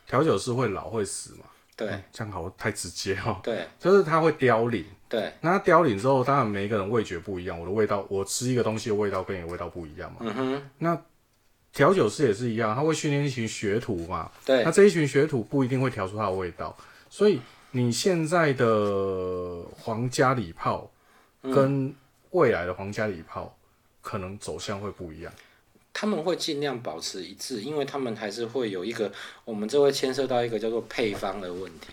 [SPEAKER 1] 调酒师会老会死嘛？
[SPEAKER 2] 对
[SPEAKER 1] 嗯，这样好太直接哦。
[SPEAKER 2] 对
[SPEAKER 1] 就是它会凋零，
[SPEAKER 2] 对，
[SPEAKER 1] 那它凋零之后，当然每一个人味觉不一样，我的味道，我吃一个东西的味道跟你的味道不一样嘛。
[SPEAKER 2] 嗯哼，
[SPEAKER 1] 调酒师也是一样，他会训练一群学徒嘛，
[SPEAKER 2] 对
[SPEAKER 1] 那这一群学徒不一定会调出它的味道，所以你现在的皇家礼炮
[SPEAKER 2] 嗯
[SPEAKER 1] 跟未来的皇家礼炮可能走向会不一样。
[SPEAKER 2] 他们会尽量保持一致，因为他们还是会有一个，我们这会牵涉到一个叫做配方的问题，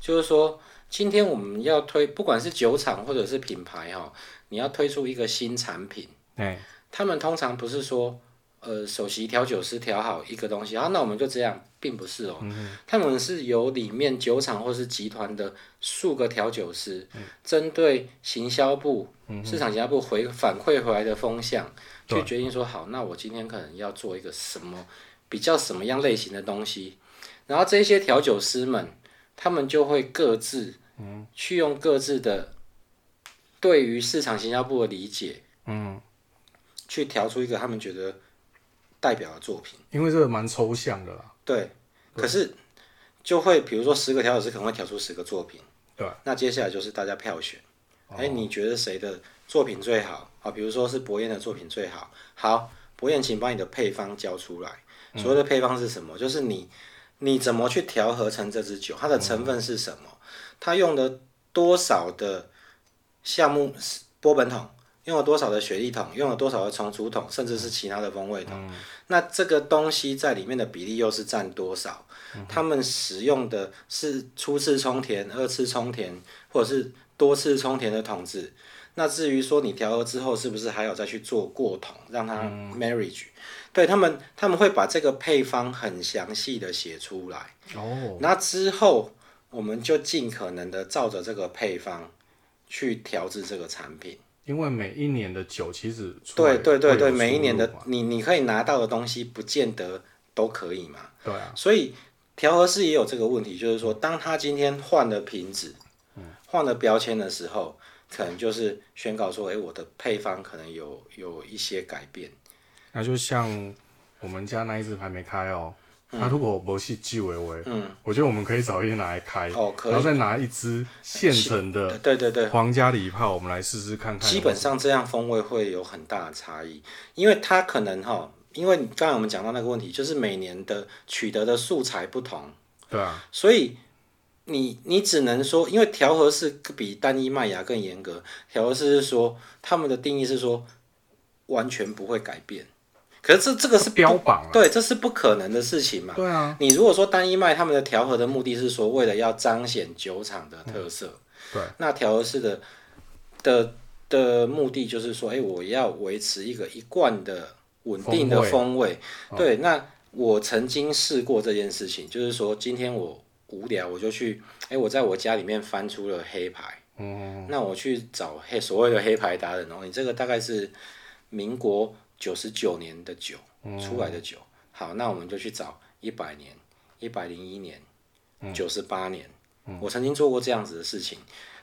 [SPEAKER 2] 就是说，今天我们要推，不管是酒厂或者是品牌哈、你要推出一个新产品。
[SPEAKER 1] 哎、
[SPEAKER 2] 他们通常不是说，呃，首席调酒师调好一个东西，啊，那我们就这样，并不是哦。他们是由里面酒厂或是集团的数个调酒师，针对行销部、市场行销部回反馈回来的风向，去决定说，好，那我今天可能要做一个什么比较什么样类型的东西，然后这些调酒师们，他们就会各自，去用各自的对于市场行销部的理解。去调出一个他们觉得代表的作品。
[SPEAKER 1] 因为这个蛮抽象的啦。
[SPEAKER 2] 对，可是就会比如说十个调酒师可能会调出十个作品，
[SPEAKER 1] 对，
[SPEAKER 2] 那接下来就是大家票选，哎、你觉得谁的作品最好？啊，比如说是博彦的作品最好，好，博彦，请把你的配方交出来。所谓的配方是什么？就是你你怎么去调和成这支酒，它的成分是什么，它用了多少的橡木波本桶。用了多少的雪莉桶，用了多少的重组桶，甚至是其他的风味桶，那这个东西在里面的比例又是占多少？他们使用的是初次充填、二次充填，或者是多次充填的桶子，那至于说你调和之后是不是还有再去做过桶，让它 marriage，、对他们他们会把这个配方很详细的写出来。
[SPEAKER 1] 哦，
[SPEAKER 2] 那之后我们就尽可能的照着这个配方去调制这个产品。
[SPEAKER 1] 因为每一年的酒其实出来
[SPEAKER 2] 对对对
[SPEAKER 1] 会有
[SPEAKER 2] 对，
[SPEAKER 1] 出
[SPEAKER 2] 每一年的
[SPEAKER 1] 入嘛
[SPEAKER 2] 你你可以拿到的东西，不见得都可以嘛。
[SPEAKER 1] 对啊，
[SPEAKER 2] 所以调和式也有这个问题，就是说，当他今天换了瓶子，
[SPEAKER 1] 嗯
[SPEAKER 2] 换了标签的时候，可能就是宣告说，哎、我的配方可能有有一些改变。
[SPEAKER 1] 那就像我们家那一支还没开哦，它如果不是鸡尾尾，
[SPEAKER 2] 嗯，
[SPEAKER 1] 我觉得我们可以找一天拿来开，
[SPEAKER 2] 哦可以
[SPEAKER 1] 然后再拿一支现成的
[SPEAKER 2] 对对对，
[SPEAKER 1] 皇家礼炮，我们来试试看看。
[SPEAKER 2] 基本上这样风味会有很大的差异，因为它可能哈，因为你刚才我们讲到那个问题，就是每年的取得的素材不同。
[SPEAKER 1] 对啊，
[SPEAKER 2] 所以你你只能说，因为调和是比单一麦芽更严格。调和是说他们的定义是说完全不会改变，可是这这个是
[SPEAKER 1] 标榜啊，
[SPEAKER 2] 对，这是不可能的事情嘛。
[SPEAKER 1] 对啊，
[SPEAKER 2] 你如果说单一麦他们的调和的目的是说为了要彰显酒厂的特色，
[SPEAKER 1] 嗯对，
[SPEAKER 2] 那调和式的的的目的就是说，哎、我要维持一个一贯的稳定的风味。哦对，那我曾经试过这件事情，就是说今天我无聊，我就去，哎、我在我家里面翻出了黑牌。嗯，那我去找黑所谓的黑牌达人哦，你这个大概是民国九十九年的酒、出来的酒。好，那我们就去找一百年、一百零一年、九十八年。我曾经做过这样子的事情。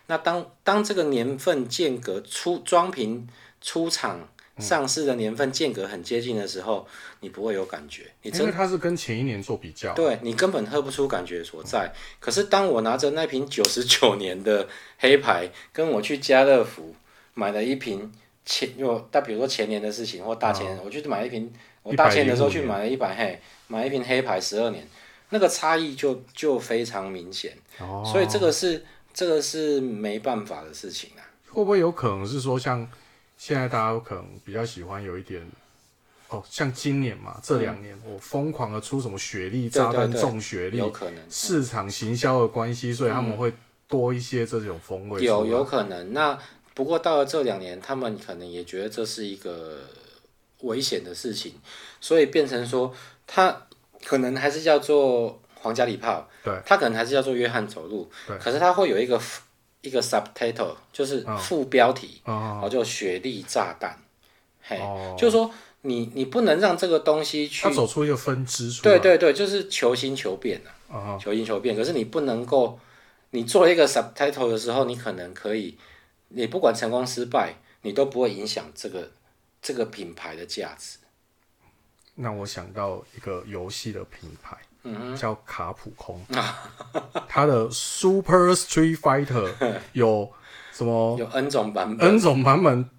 [SPEAKER 2] 那当当这个年份间隔出装瓶出厂上市的年份间隔很接近的时候，你不会有感觉，你
[SPEAKER 1] 因为它是跟前一年做比较，
[SPEAKER 2] 对你根本喝不出感觉所在。可是当我拿着那瓶九十九年的黑牌，跟我去家乐福买了一瓶前，就但比如说前年的事情或大前年，我去哦买一瓶，我大前年的时候去买了一百嘿，买一瓶黑牌十二年，那个差异就就非常明显。
[SPEAKER 1] 哦，
[SPEAKER 2] 所以这个是这个是没办法的事情啊。
[SPEAKER 1] 会不会有可能是说，像现在大家可能比较喜欢有一点，哦，像今年嘛，这两年、我疯狂的出什么雪
[SPEAKER 2] 嗯对
[SPEAKER 1] 莉炸弹、
[SPEAKER 2] 对对
[SPEAKER 1] 重雪莉，
[SPEAKER 2] 有可能
[SPEAKER 1] 市场行销的关系，所以他们会多一些这种风味出来。
[SPEAKER 2] 有有可能。那不过到了这两年，他们可能也觉得这是一个危险的事情，所以变成说他可能还是叫做皇家礼炮，
[SPEAKER 1] 对，
[SPEAKER 2] 他可能还是叫做约翰走路，
[SPEAKER 1] 对
[SPEAKER 2] 可是他会有一个一个 subtitle，就是副标题，
[SPEAKER 1] 啊、
[SPEAKER 2] 然后就雪莉炸弹，嘿，
[SPEAKER 1] 哦
[SPEAKER 2] 就是说你你不能让这个东西去
[SPEAKER 1] 他走出一个分支出来。
[SPEAKER 2] 对对对，就是求新求变啊，求新求变。可是你不能够，你做一个 subtitle 的时候，你可能可以，你不管成功失败，你都不会影响这个这个品牌的价值。
[SPEAKER 1] 那我想到一个游戏的品牌，
[SPEAKER 2] 嗯
[SPEAKER 1] 叫卡普空，
[SPEAKER 2] 啊
[SPEAKER 1] 它的 Super Street Fighter 有什么
[SPEAKER 2] 有 N 种版本，
[SPEAKER 1] N 种版本，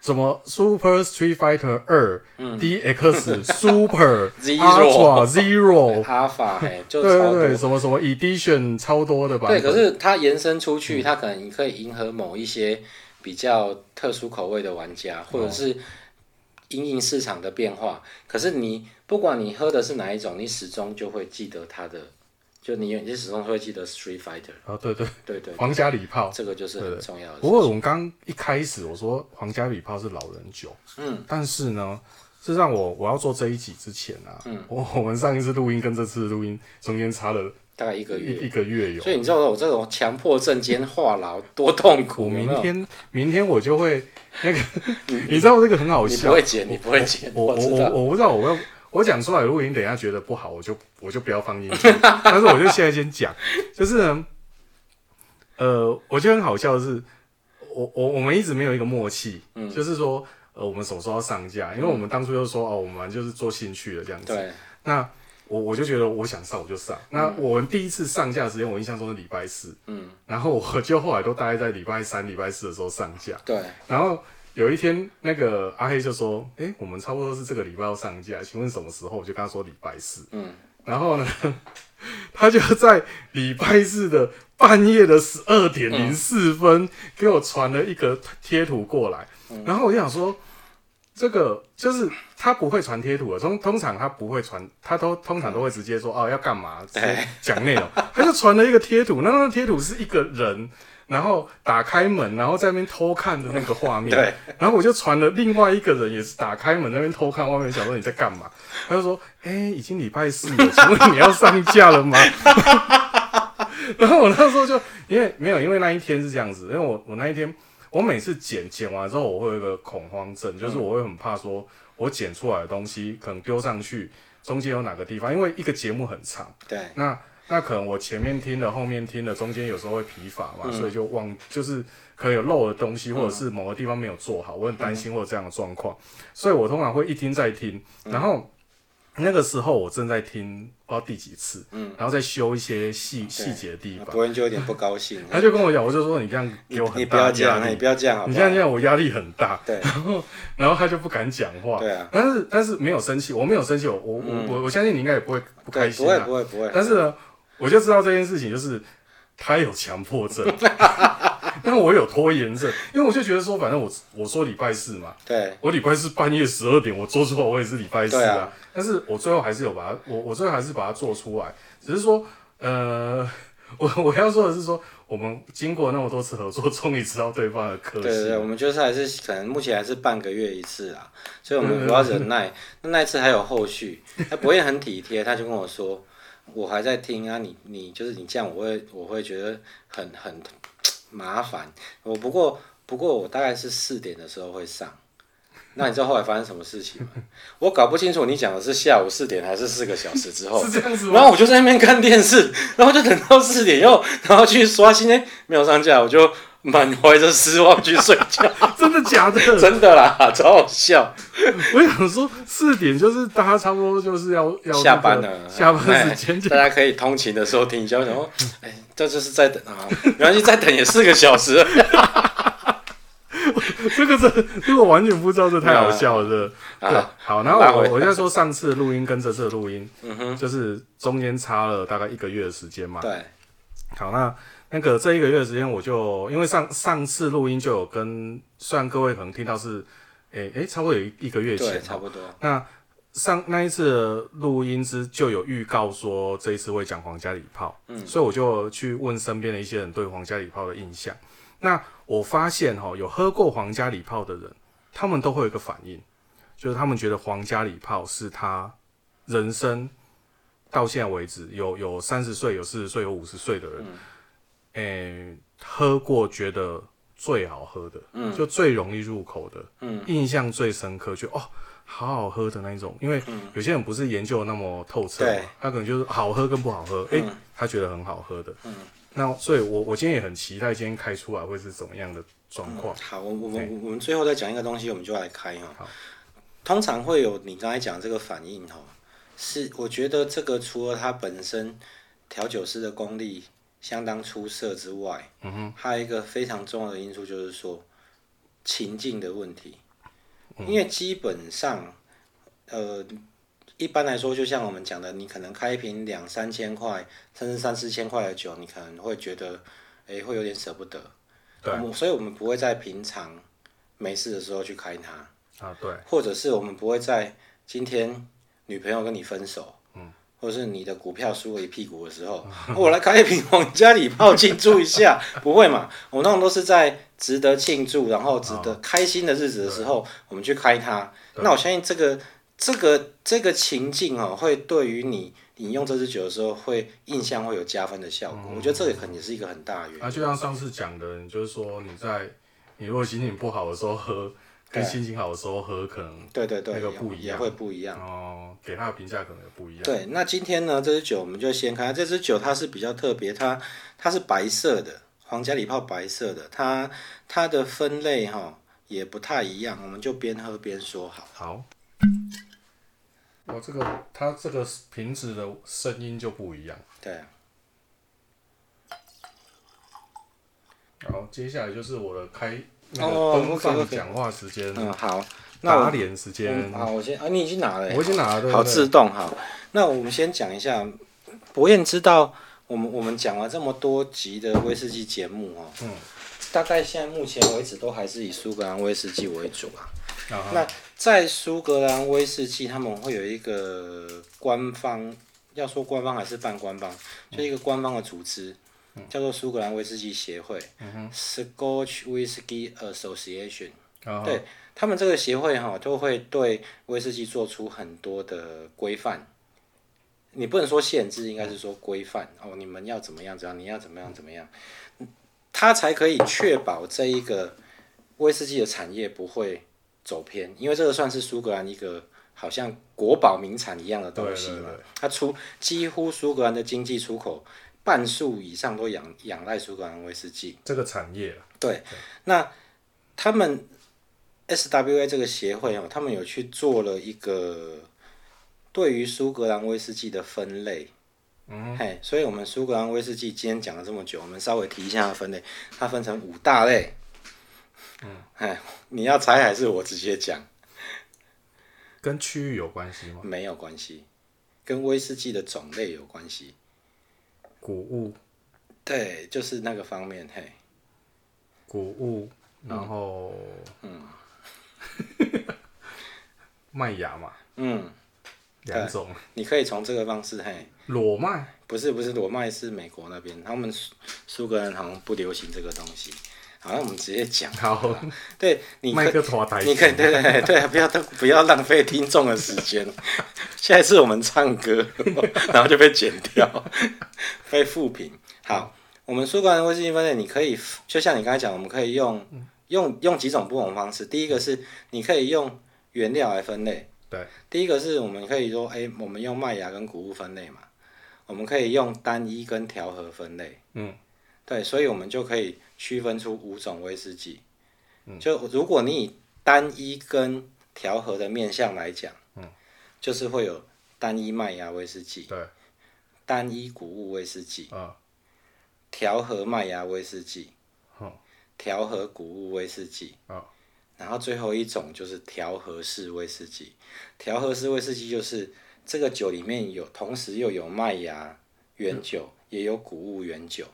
[SPEAKER 1] 什么 Super Street Fighter 二、DX Super
[SPEAKER 2] 嗯 Zero
[SPEAKER 1] Ultra Zero，
[SPEAKER 2] 阿法嘿，
[SPEAKER 1] 对
[SPEAKER 2] 就超
[SPEAKER 1] 对
[SPEAKER 2] 多。
[SPEAKER 1] 对，什么什么 Edition 超多的版
[SPEAKER 2] 对，
[SPEAKER 1] 本，嗯
[SPEAKER 2] 可是它延伸出去，它可能可以迎合某一些比较特殊口味的玩
[SPEAKER 1] 哦
[SPEAKER 2] 家，或者是因应市场的变化。可是你不管你喝的是哪一种，你始终就会记得它的，就你你始终会记得 Street Fighter。
[SPEAKER 1] 哦对 对，
[SPEAKER 2] 对对，
[SPEAKER 1] 皇家礼炮。
[SPEAKER 2] 这个就是很重要的
[SPEAKER 1] 不。过我们刚一开始我说皇家礼炮是老人酒，嗯，但是呢，是让我我要做这一集之前啊，嗯，我我们上一次录音跟这次录音中间差了
[SPEAKER 2] 大概一个月，
[SPEAKER 1] 一一个月有，
[SPEAKER 2] 所以你知道我这种强迫症兼话痨多痛
[SPEAKER 1] 我
[SPEAKER 2] 苦，有
[SPEAKER 1] 明
[SPEAKER 2] 没有？
[SPEAKER 1] 天明天我就会 那个，你知道这个很好
[SPEAKER 2] 你
[SPEAKER 1] 笑
[SPEAKER 2] 不，会剪，你不会剪，
[SPEAKER 1] 我我
[SPEAKER 2] 知道。
[SPEAKER 1] 我我不知道，我要我讲出来，如果你等一下觉得不好，我就我就不要放进去。但是我就现在先讲，就是呢，呃，我觉得很好笑的是，我我我们一直没有一个默契，
[SPEAKER 2] 嗯
[SPEAKER 1] 就是说，呃，我们什么时候要上架？因为我们当初就说哦，我们就是做兴趣的这样子。
[SPEAKER 2] 对，
[SPEAKER 1] 那我我就觉得我想上我就上。那我们第一次上架时间，我印象中是礼拜四，
[SPEAKER 2] 嗯，
[SPEAKER 1] 然后我就后来都大概在礼拜三、礼拜四的时候上架。
[SPEAKER 2] 对，
[SPEAKER 1] 然后有一天，那个阿黑就说：“哎、我们差不多是这个礼拜要上架，请问什么时候？”我就跟他说礼拜四。
[SPEAKER 2] 嗯，
[SPEAKER 1] 然后呢， 他就在礼拜四的半夜的十二点零四分给我传了一个贴图过来，然后我就想说。这个就是他不会传贴图的，通通常他不会传，他都通常都会直接说哦要干嘛，直接讲内容。他就传了一个贴图，那那个贴图是一个人，然后打开门，然后在那边偷看的那个画面。
[SPEAKER 2] 对，
[SPEAKER 1] 然后我就传了另外一个人也是打开门那边偷看外面，想说你在干嘛？他就说：“哎、已经礼拜四了，请问你要上架了吗？” 然后我那时候就因为没有，因为那一天是这样子，因为我我那一天我每次剪剪完之后，我会有一个恐慌症，就是我会很怕说我剪出来的东西可能丢上去中间有哪个地方，因为一个节目很长。
[SPEAKER 2] 对，
[SPEAKER 1] 那那可能我前面听了，后面听了，中间有时候会疲乏嘛，
[SPEAKER 2] 嗯
[SPEAKER 1] 所以就忘，就是可能有漏的东西，或者是某个地方没有做好，我很担心
[SPEAKER 2] 嗯
[SPEAKER 1] 会有这样的状况，所以我通常会一听再听，然后。那个时候我正在听，不知道第几次，然后再修一些细细节的地方。
[SPEAKER 2] 伯恩就有点嗯不 高兴。
[SPEAKER 1] 他就跟我讲，我就说你这样
[SPEAKER 2] 你
[SPEAKER 1] 给我
[SPEAKER 2] 你
[SPEAKER 1] 很
[SPEAKER 2] 不
[SPEAKER 1] 大
[SPEAKER 2] 要
[SPEAKER 1] 的
[SPEAKER 2] 这
[SPEAKER 1] 压
[SPEAKER 2] 样，你
[SPEAKER 1] 力，
[SPEAKER 2] 不要这样，好
[SPEAKER 1] 你
[SPEAKER 2] 不
[SPEAKER 1] 这样
[SPEAKER 2] 好？
[SPEAKER 1] 这样我压力很大。
[SPEAKER 2] 对
[SPEAKER 1] 然后他就不敢讲话。
[SPEAKER 2] 对啊，
[SPEAKER 1] 但是但是没有生气，我没有生气，我我我我我相信你应该也不会不开
[SPEAKER 2] 对，
[SPEAKER 1] 心
[SPEAKER 2] 不
[SPEAKER 1] 啊。
[SPEAKER 2] 会不会不会。
[SPEAKER 1] 但是呢，我就知道这件事情就是他有强迫症， 但我有拖延症，因为我就觉得说，反正我我说礼拜四嘛，
[SPEAKER 2] 对
[SPEAKER 1] 我礼拜四半夜十二点我做出来，我也是礼拜四
[SPEAKER 2] 对
[SPEAKER 1] 啊。
[SPEAKER 2] 啊
[SPEAKER 1] 但是我最后还是有把它，我我最后还是把它做出来，只是说，呃， 我我要说的是说，我们经过那么多次合作，终于知道对方的科
[SPEAKER 2] 对
[SPEAKER 1] 技。
[SPEAKER 2] 对对，我们就是还是可能目前还是半个月一次啦，所以我
[SPEAKER 1] 嗯
[SPEAKER 2] 们不要忍耐。那那一次还有后续，那伯彦很体贴，他就跟我说，我还在听啊，你你就是你这样，我会我会觉得很很麻烦。我不过不过我大概是四点的时候会上。那你知道后来发生什么事情吗？我搞不清楚你讲的是下午四点还是四个小时之 后。
[SPEAKER 1] 是这样子吗？
[SPEAKER 2] 然后我就在那边看电视，然后就等到四点后，然后去刷新，哎，没有上架，我就满怀着失望去睡 觉，
[SPEAKER 1] 真的假的？
[SPEAKER 2] 真的啦，超好笑。
[SPEAKER 1] 我想说四点就是大家差不多就是要要、那个
[SPEAKER 2] 下班了，
[SPEAKER 1] 下班时间
[SPEAKER 2] 哎大家可以通勤的时候听一下。然后，哎，这就是在等啊，没关系，再等也四个小时了。
[SPEAKER 1] 这个这这个我完全不知道，这太好笑了。这个
[SPEAKER 2] 啊
[SPEAKER 1] 对，好，然后
[SPEAKER 2] 拉回
[SPEAKER 1] 我我就 说上次录音跟这次录音，就是中间差了大概一个月的时间嘛。
[SPEAKER 2] 嗯对，
[SPEAKER 1] 好，那那个这一个月的时间，我就因为上上次录音就有跟，虽然各位可能听到是，诶诶，差不多有一一个月
[SPEAKER 2] 对，
[SPEAKER 1] 前，
[SPEAKER 2] 差不多。
[SPEAKER 1] 那上那一次的录音之就有预告说这一次会讲皇家礼炮，嗯，所以我就去问身边的一些人对皇家礼炮的印象。那我发现哈、有喝过皇家礼炮的人，他们都会有一个反应，就是他们觉得皇家礼炮是他人生到现在为止，有有三十岁、有四十岁、有五十岁的人，诶、喝过觉得最好喝的，嗯，就最容易入口的，嗯，印象最深刻，就哦，好好喝的那一种。因为有些人不是研究得那么透彻嘛
[SPEAKER 2] 对，
[SPEAKER 1] 他可能就是好喝跟不好喝，诶、他觉得很好喝的，嗯，那所以我我今天也很期待今天开出来会是怎么样的状况，
[SPEAKER 2] 好，我我们我们最后再讲一个东西，我们就来开哈
[SPEAKER 1] 好。
[SPEAKER 2] 通常会有你刚才讲这个反应哈，是我觉得这个除了它本身调酒师的功力相当出色之外，嗯哼，还有一个非常重要的因素就是说情境的问题，因为基本上，呃。一般来说，就像我们讲的，你可能开一瓶两三千块，甚至三四千块的酒，你可能会觉得，哎、会有点舍不得。
[SPEAKER 1] 对
[SPEAKER 2] 我们所以我们不会在平常没事的时候去开它，
[SPEAKER 1] 啊，对，
[SPEAKER 2] 或者是我们不会在今天女朋友跟你分手，嗯，或者是你的股票输了一屁股的时
[SPEAKER 1] 嗯
[SPEAKER 2] 候，啊我来开一瓶皇家礼炮庆祝一 下，不会嘛？我们那种都是在值得庆祝，然后值得开心的日子的时
[SPEAKER 1] 哦
[SPEAKER 2] 候，我们去开它。那我相信这个。这个这个情境哦，会对于你饮用这支酒的时候，会印象会有加分的效果。
[SPEAKER 1] 嗯
[SPEAKER 2] 我觉得这个可能也是一个很大的原因。
[SPEAKER 1] 啊，就像上次讲的，你就是说你在你如果心情不好的时候喝，跟心情好的时候喝，可能
[SPEAKER 2] 对对对，
[SPEAKER 1] 那个
[SPEAKER 2] 也
[SPEAKER 1] 不一
[SPEAKER 2] 也
[SPEAKER 1] 样
[SPEAKER 2] 会不一样。
[SPEAKER 1] 哦给他的评价可能也不一样。
[SPEAKER 2] 对，那今天呢，这支酒我们就先看。这支酒它是比较特别，它它是白色的，皇家礼炮白色的，它它的分类哈、也不太一样，我们就边喝边说好。
[SPEAKER 1] 好，我这个它这个瓶子的声音就不一样。
[SPEAKER 2] 对，
[SPEAKER 1] 然后接下来就是我的开那
[SPEAKER 2] 哦
[SPEAKER 1] 个奔放
[SPEAKER 2] OK，OK
[SPEAKER 1] 讲话时间、
[SPEAKER 2] 嗯，好，那
[SPEAKER 1] 打
[SPEAKER 2] 我
[SPEAKER 1] 脸时间
[SPEAKER 2] 嗯，好，我先啊，你已经拿了欸，
[SPEAKER 1] 我已经拿了。对
[SPEAKER 2] 好
[SPEAKER 1] 不对
[SPEAKER 2] 自动好。那我们先讲一下，博彦知道我们我们讲了这么多集的威士忌节目哦，
[SPEAKER 1] 嗯，
[SPEAKER 2] 大概现在目前为止都还是以苏格兰威士忌为主啊。
[SPEAKER 1] 啊哈
[SPEAKER 2] 那在苏格兰威士忌，他们会有一
[SPEAKER 1] 嗯
[SPEAKER 2] 个官方，要说官方还是半官方，就是一个官方的组织，叫做苏格兰威士忌协会、（Scotch Whisky Association）。
[SPEAKER 1] 啊，
[SPEAKER 2] 对他们这个协会哈，就会对威士忌做出很多的规范。你不能说限制，应该是说规范哦。你们要怎么样？怎么样？你要怎么样？怎么样？它才可以确保这一个威士忌的产业不会走偏，因为这个算是苏格兰一个好像国宝名产一样的东西
[SPEAKER 1] 对
[SPEAKER 2] 嘛。它出几乎苏格兰的经济出口半数以上都仰仰赖苏格兰威士忌。
[SPEAKER 1] 这个产业啦
[SPEAKER 2] 对，那他们 SWA 这个协会哦，他们有去做了一个对于苏格兰威士忌的分类。嗯，嘿，所以我们苏格兰威士忌今天讲了这么久，我们稍微提一下它的分类，它分成五大类。嗯，哎，你要猜还是我直接讲？
[SPEAKER 1] 跟区域有关系吗？
[SPEAKER 2] 没有关系，跟威士忌的种类有关系。
[SPEAKER 1] 谷物、
[SPEAKER 2] 对，就是那个方面。嘿，
[SPEAKER 1] 谷物，然后嗯，麦芽嘛，
[SPEAKER 2] 嗯，
[SPEAKER 1] 两种
[SPEAKER 2] 你可以从这个方式嘿
[SPEAKER 1] 裸麦，
[SPEAKER 2] 不是不是，裸麦是美国那边，他们苏苏格兰好像不流行这个东西。好像我们直接讲，
[SPEAKER 1] 好，
[SPEAKER 2] 对，你可
[SPEAKER 1] 麦克托台，
[SPEAKER 2] 你可以，对对对对，不要不要浪费听众的时间。下一次我们唱歌， 然后就被剪掉， 被复评。好，我们苏格兰威士忌分类，你可以就像你刚才讲，我们可以用用用几种不同的方式。第一个是你可以用原料来分类，
[SPEAKER 1] 对，
[SPEAKER 2] 第一个是我们可以说，哎、我们用麦芽跟谷物分类嘛，我们可以用单一跟调和分类，
[SPEAKER 1] 嗯，
[SPEAKER 2] 对，所以我们就可以区分出五种威士忌。就如果你以单一跟调和的面向来讲，嗯，就是会有单一麦芽威士忌、
[SPEAKER 1] 对，
[SPEAKER 2] 单一谷物威士忌、
[SPEAKER 1] 嗯，
[SPEAKER 2] 调和麦芽威士忌、
[SPEAKER 1] 好，
[SPEAKER 2] 调和谷物威士忌，
[SPEAKER 1] 啊
[SPEAKER 2] 然后最后一种就是调和式威士忌。调和式威士忌就是这个酒里面有，同时又有麦芽原酒，也有谷物原酒。
[SPEAKER 1] 嗯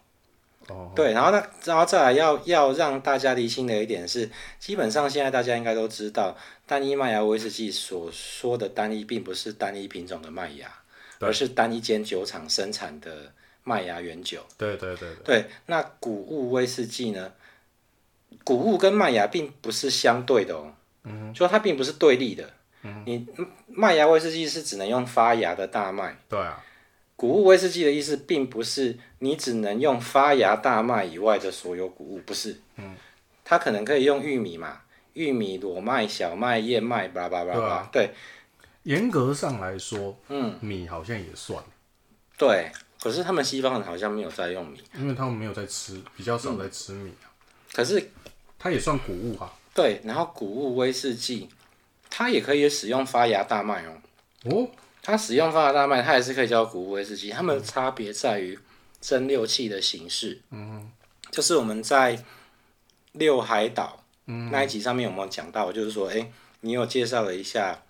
[SPEAKER 1] 哦，
[SPEAKER 2] 对，然后呢，然后再来要要让大家理清的一点是，基本上现在大家应该都知道，单一麦芽威士忌所说的单一，并不是单一品种的麦芽，
[SPEAKER 1] 对
[SPEAKER 2] 而是单一间酒厂生产的麦芽原酒。
[SPEAKER 1] 对对对
[SPEAKER 2] 对，那谷物威士忌呢？谷物跟麦芽并不是相对的哦，嗯，就它并不是对立的。嗯，你麦芽威士忌是只能用发芽的大麦。
[SPEAKER 1] 对啊，
[SPEAKER 2] 谷物威士忌的意思，并不是你只能用发芽大麦以外的所有谷物，不是。嗯，它可能可以用玉米嘛，玉米、裸麦、小麦、燕麦，巴拉巴拉巴拉。对啊
[SPEAKER 1] 严格上来说，
[SPEAKER 2] 嗯，
[SPEAKER 1] 米好像也算，
[SPEAKER 2] 对，可是他们西方人好像没有在用米，
[SPEAKER 1] 因为他们没有在吃，比较少在吃米
[SPEAKER 2] 嗯
[SPEAKER 1] 啊，
[SPEAKER 2] 可是
[SPEAKER 1] 它也算谷物啊，
[SPEAKER 2] 对，然后谷物威士忌，它也可以使用发芽大麦哦。
[SPEAKER 1] 哦，
[SPEAKER 2] 它使用发芽大麦，它也是可以叫谷物威士忌。它们的差别在于蒸馏器的形式。嗯，就是我们在六海岛、那一集上面有没有讲到？就是说，哎、你有介绍了一下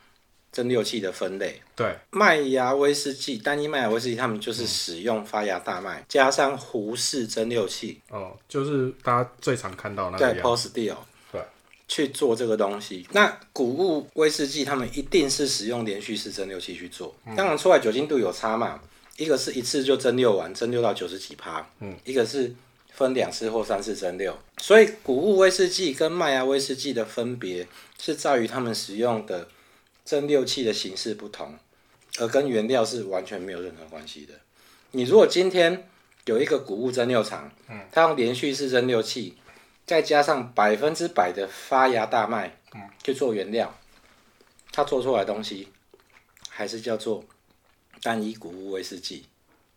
[SPEAKER 2] 蒸馏器的分类。
[SPEAKER 1] 对，
[SPEAKER 2] 麦芽威士忌，单一麦芽威士忌，他们就是使用发芽大麦，加上胡氏蒸馏器，
[SPEAKER 1] 哦，就是大家最常看到那个
[SPEAKER 2] 对
[SPEAKER 1] 样，
[SPEAKER 2] ，post deal。
[SPEAKER 1] 对，
[SPEAKER 2] 去做这个东西。那谷物威士忌他们一定是使用连续式蒸馏器去做，
[SPEAKER 1] 嗯
[SPEAKER 2] 当然出来酒精度有差嘛，一个是一次就蒸馏完，蒸馏到九十几趴，嗯，一个是分两次或三次蒸馏。所以谷物威士忌跟麦芽威士忌的分别是在于他们使用的蒸馏器的形式不同，而跟原料是完全没有任何关系的。你如果今天有一个谷物蒸馏厂，嗯，它用连续式蒸馏器再加上百分之百的发芽大麦，去做原料，它做出来的东西还是叫做单一谷物威士忌。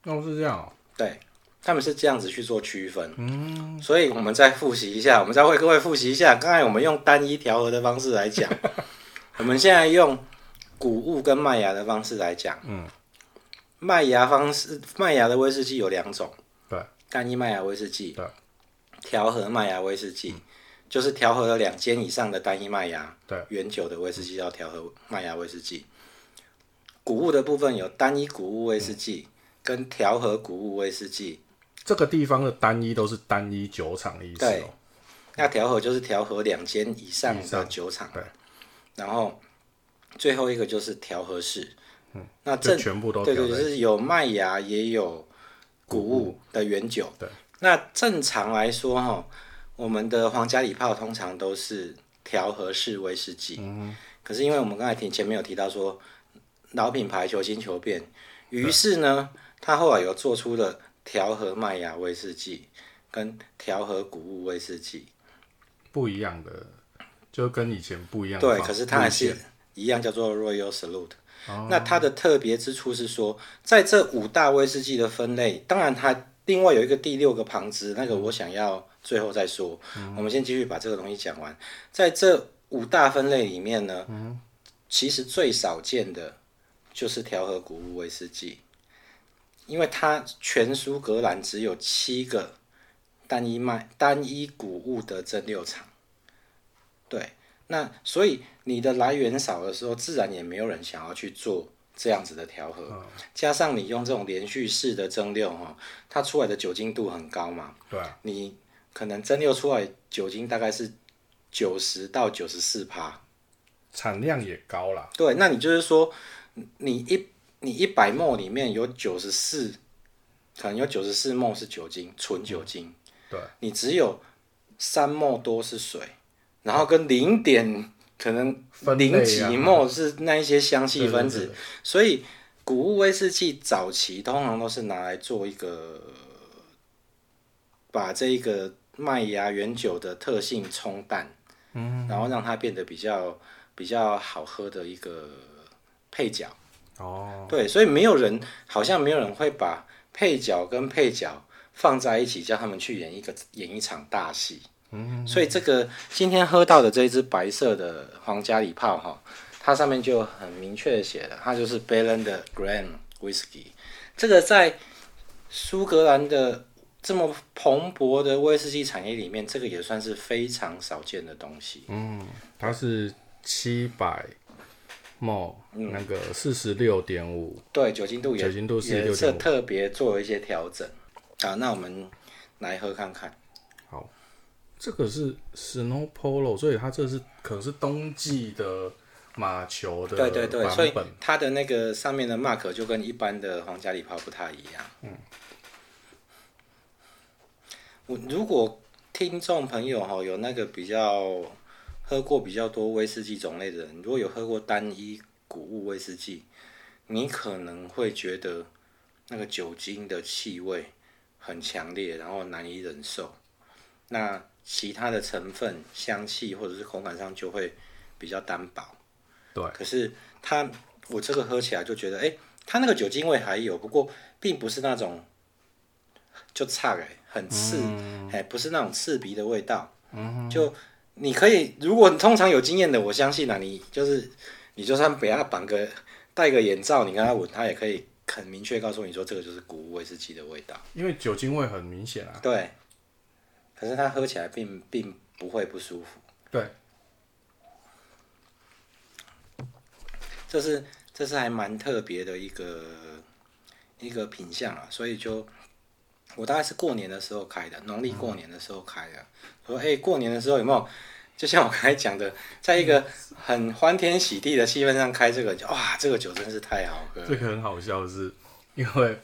[SPEAKER 1] 哦是这样哦，
[SPEAKER 2] 对，他们是这样子去做区分。嗯，所以我们再复习一下，我们再为各位复习一下。刚才我们用单一调和的方式来讲，我们现在用谷物跟麦芽的方式来讲。嗯，麦芽方式，麦芽的威士忌有两种，
[SPEAKER 1] 对，
[SPEAKER 2] 单一麦芽威士忌，
[SPEAKER 1] 对，
[SPEAKER 2] 调和麦芽威士忌。就是调和了两间以上的单一麦芽，
[SPEAKER 1] 对，
[SPEAKER 2] 原酒的威士忌要调和麦芽威士忌。谷物的部分有单一谷物威士忌跟调和谷物威士忌，
[SPEAKER 1] 这个地方的单一都是单一酒厂的意思
[SPEAKER 2] 对
[SPEAKER 1] 哦，
[SPEAKER 2] 那调和就是调和两间以上
[SPEAKER 1] 以
[SPEAKER 2] 的
[SPEAKER 1] 上
[SPEAKER 2] 酒厂，
[SPEAKER 1] 对，
[SPEAKER 2] 然后最后一个就是调和式，嗯，那
[SPEAKER 1] 就
[SPEAKER 2] 这
[SPEAKER 1] 全部都
[SPEAKER 2] 对
[SPEAKER 1] 调
[SPEAKER 2] 对，就
[SPEAKER 1] 在
[SPEAKER 2] 是有麦芽也有谷物的原酒。
[SPEAKER 1] 对，
[SPEAKER 2] 那正常来说哈、我们的皇家礼炮通常都是调和式威士忌。嗯，可是因为我们刚才提前面有提到说老品牌求新求变，于是呢，它后来有做出了调和麦芽威士忌跟调和谷物威士忌。
[SPEAKER 1] 不一样的，就跟以前不一样的
[SPEAKER 2] 对，
[SPEAKER 1] 法
[SPEAKER 2] 可是它还
[SPEAKER 1] 路
[SPEAKER 2] 是
[SPEAKER 1] 线
[SPEAKER 2] 一样叫做 Royal Salute。
[SPEAKER 1] 哦
[SPEAKER 2] 那它的特别之处是说，在这五大威士忌的分类，当然它另外有一个第六个旁支，
[SPEAKER 1] 嗯
[SPEAKER 2] 那个我想要最后再说。我们先继续把这个东西讲完。在这五大分类里面呢，
[SPEAKER 1] 嗯
[SPEAKER 2] 其实最少见的就是调和谷物威士忌，因为它全苏格兰只有七个单一麦单一谷物的蒸馏厂。对，那所以你的来源少的时候，自然也没有人想要去做这样子的调和。
[SPEAKER 1] 嗯
[SPEAKER 2] 加上你用这种连续式的蒸馏哈，它出来的酒精度很高嘛，
[SPEAKER 1] 对啊，
[SPEAKER 2] 你可能蒸馏出来酒精大概是九十到九十四帕。
[SPEAKER 1] 产量也高啦，
[SPEAKER 2] 对，那你就是说，你一你一百沫里面有九十四，可能有九十四沫是酒精，纯酒精。
[SPEAKER 1] 对，
[SPEAKER 2] 你只有三沫多是水，然后跟零点可能
[SPEAKER 1] 分类啊
[SPEAKER 2] 零几沫是那一些香气分子，
[SPEAKER 1] 对对
[SPEAKER 2] 所以谷物威士忌早期通常都是拿来做一个把这一个麦芽原酒的特性冲淡，嗯，然后让它变得比较比较好喝的一个配角。
[SPEAKER 1] 对哦，
[SPEAKER 2] 对，所以没有人好像没有人会把配角跟配角放在一起，叫他们去演一个演一场大戏。嗯，所以这个今天喝到的这一支白色的皇家礼炮哈，它上面就很明确的写了，它就是 b e l l e n 的 Grand Whisky。这个在苏格兰的这么蓬勃的威士忌产业里面，这个也算是非常少见的东西。
[SPEAKER 1] 嗯它是七百毛，那个四十六点五，
[SPEAKER 2] 对，酒精度也
[SPEAKER 1] 酒精度
[SPEAKER 2] 也
[SPEAKER 1] 46.5
[SPEAKER 2] 是特别做一些调整。好，那我们来喝看看。
[SPEAKER 1] 这个是 Snow Polo，所以它这是可能是冬季的马球的
[SPEAKER 2] 对对对，
[SPEAKER 1] 版
[SPEAKER 2] 所以
[SPEAKER 1] 本，
[SPEAKER 2] 它的那个上面的 mark 就跟一般的皇家礼炮不太一样。嗯，我如果听众朋友哈、有那个比较喝过比较多威士忌种类的人，如果有喝过单一谷物威士忌，你可能会觉得那个酒精的气味很强烈，然后难以忍受。那其他的成分、香气或者是口感上就会比较单薄。
[SPEAKER 1] 对，
[SPEAKER 2] 可是它，我这个喝起来就觉得，哎、它那个酒精味还有，不过并不是那种就差哎、很刺，哎、不是那种刺鼻的味道。就你可以，如果通常有经验的，我相信啊，你就是你就算不要绑个戴个眼罩，你跟他闻，他也可以很明确告诉你说，这个就是谷物威士忌的味道。
[SPEAKER 1] 因为酒精味很明显啊。
[SPEAKER 2] 对，可是它喝起来并并不会不舒服。
[SPEAKER 1] 对，
[SPEAKER 2] 这是这是还蛮特别的一个一个品相啊，所以就我大概是过年的时候开的，农历
[SPEAKER 1] 嗯
[SPEAKER 2] 过年的时候开的。我说哎、过年的时候有没有？就像我刚才讲的，在一个很欢天喜地的气氛上开这个酒，哇，这个酒真是太好喝了。
[SPEAKER 1] 这个很好笑的是，因为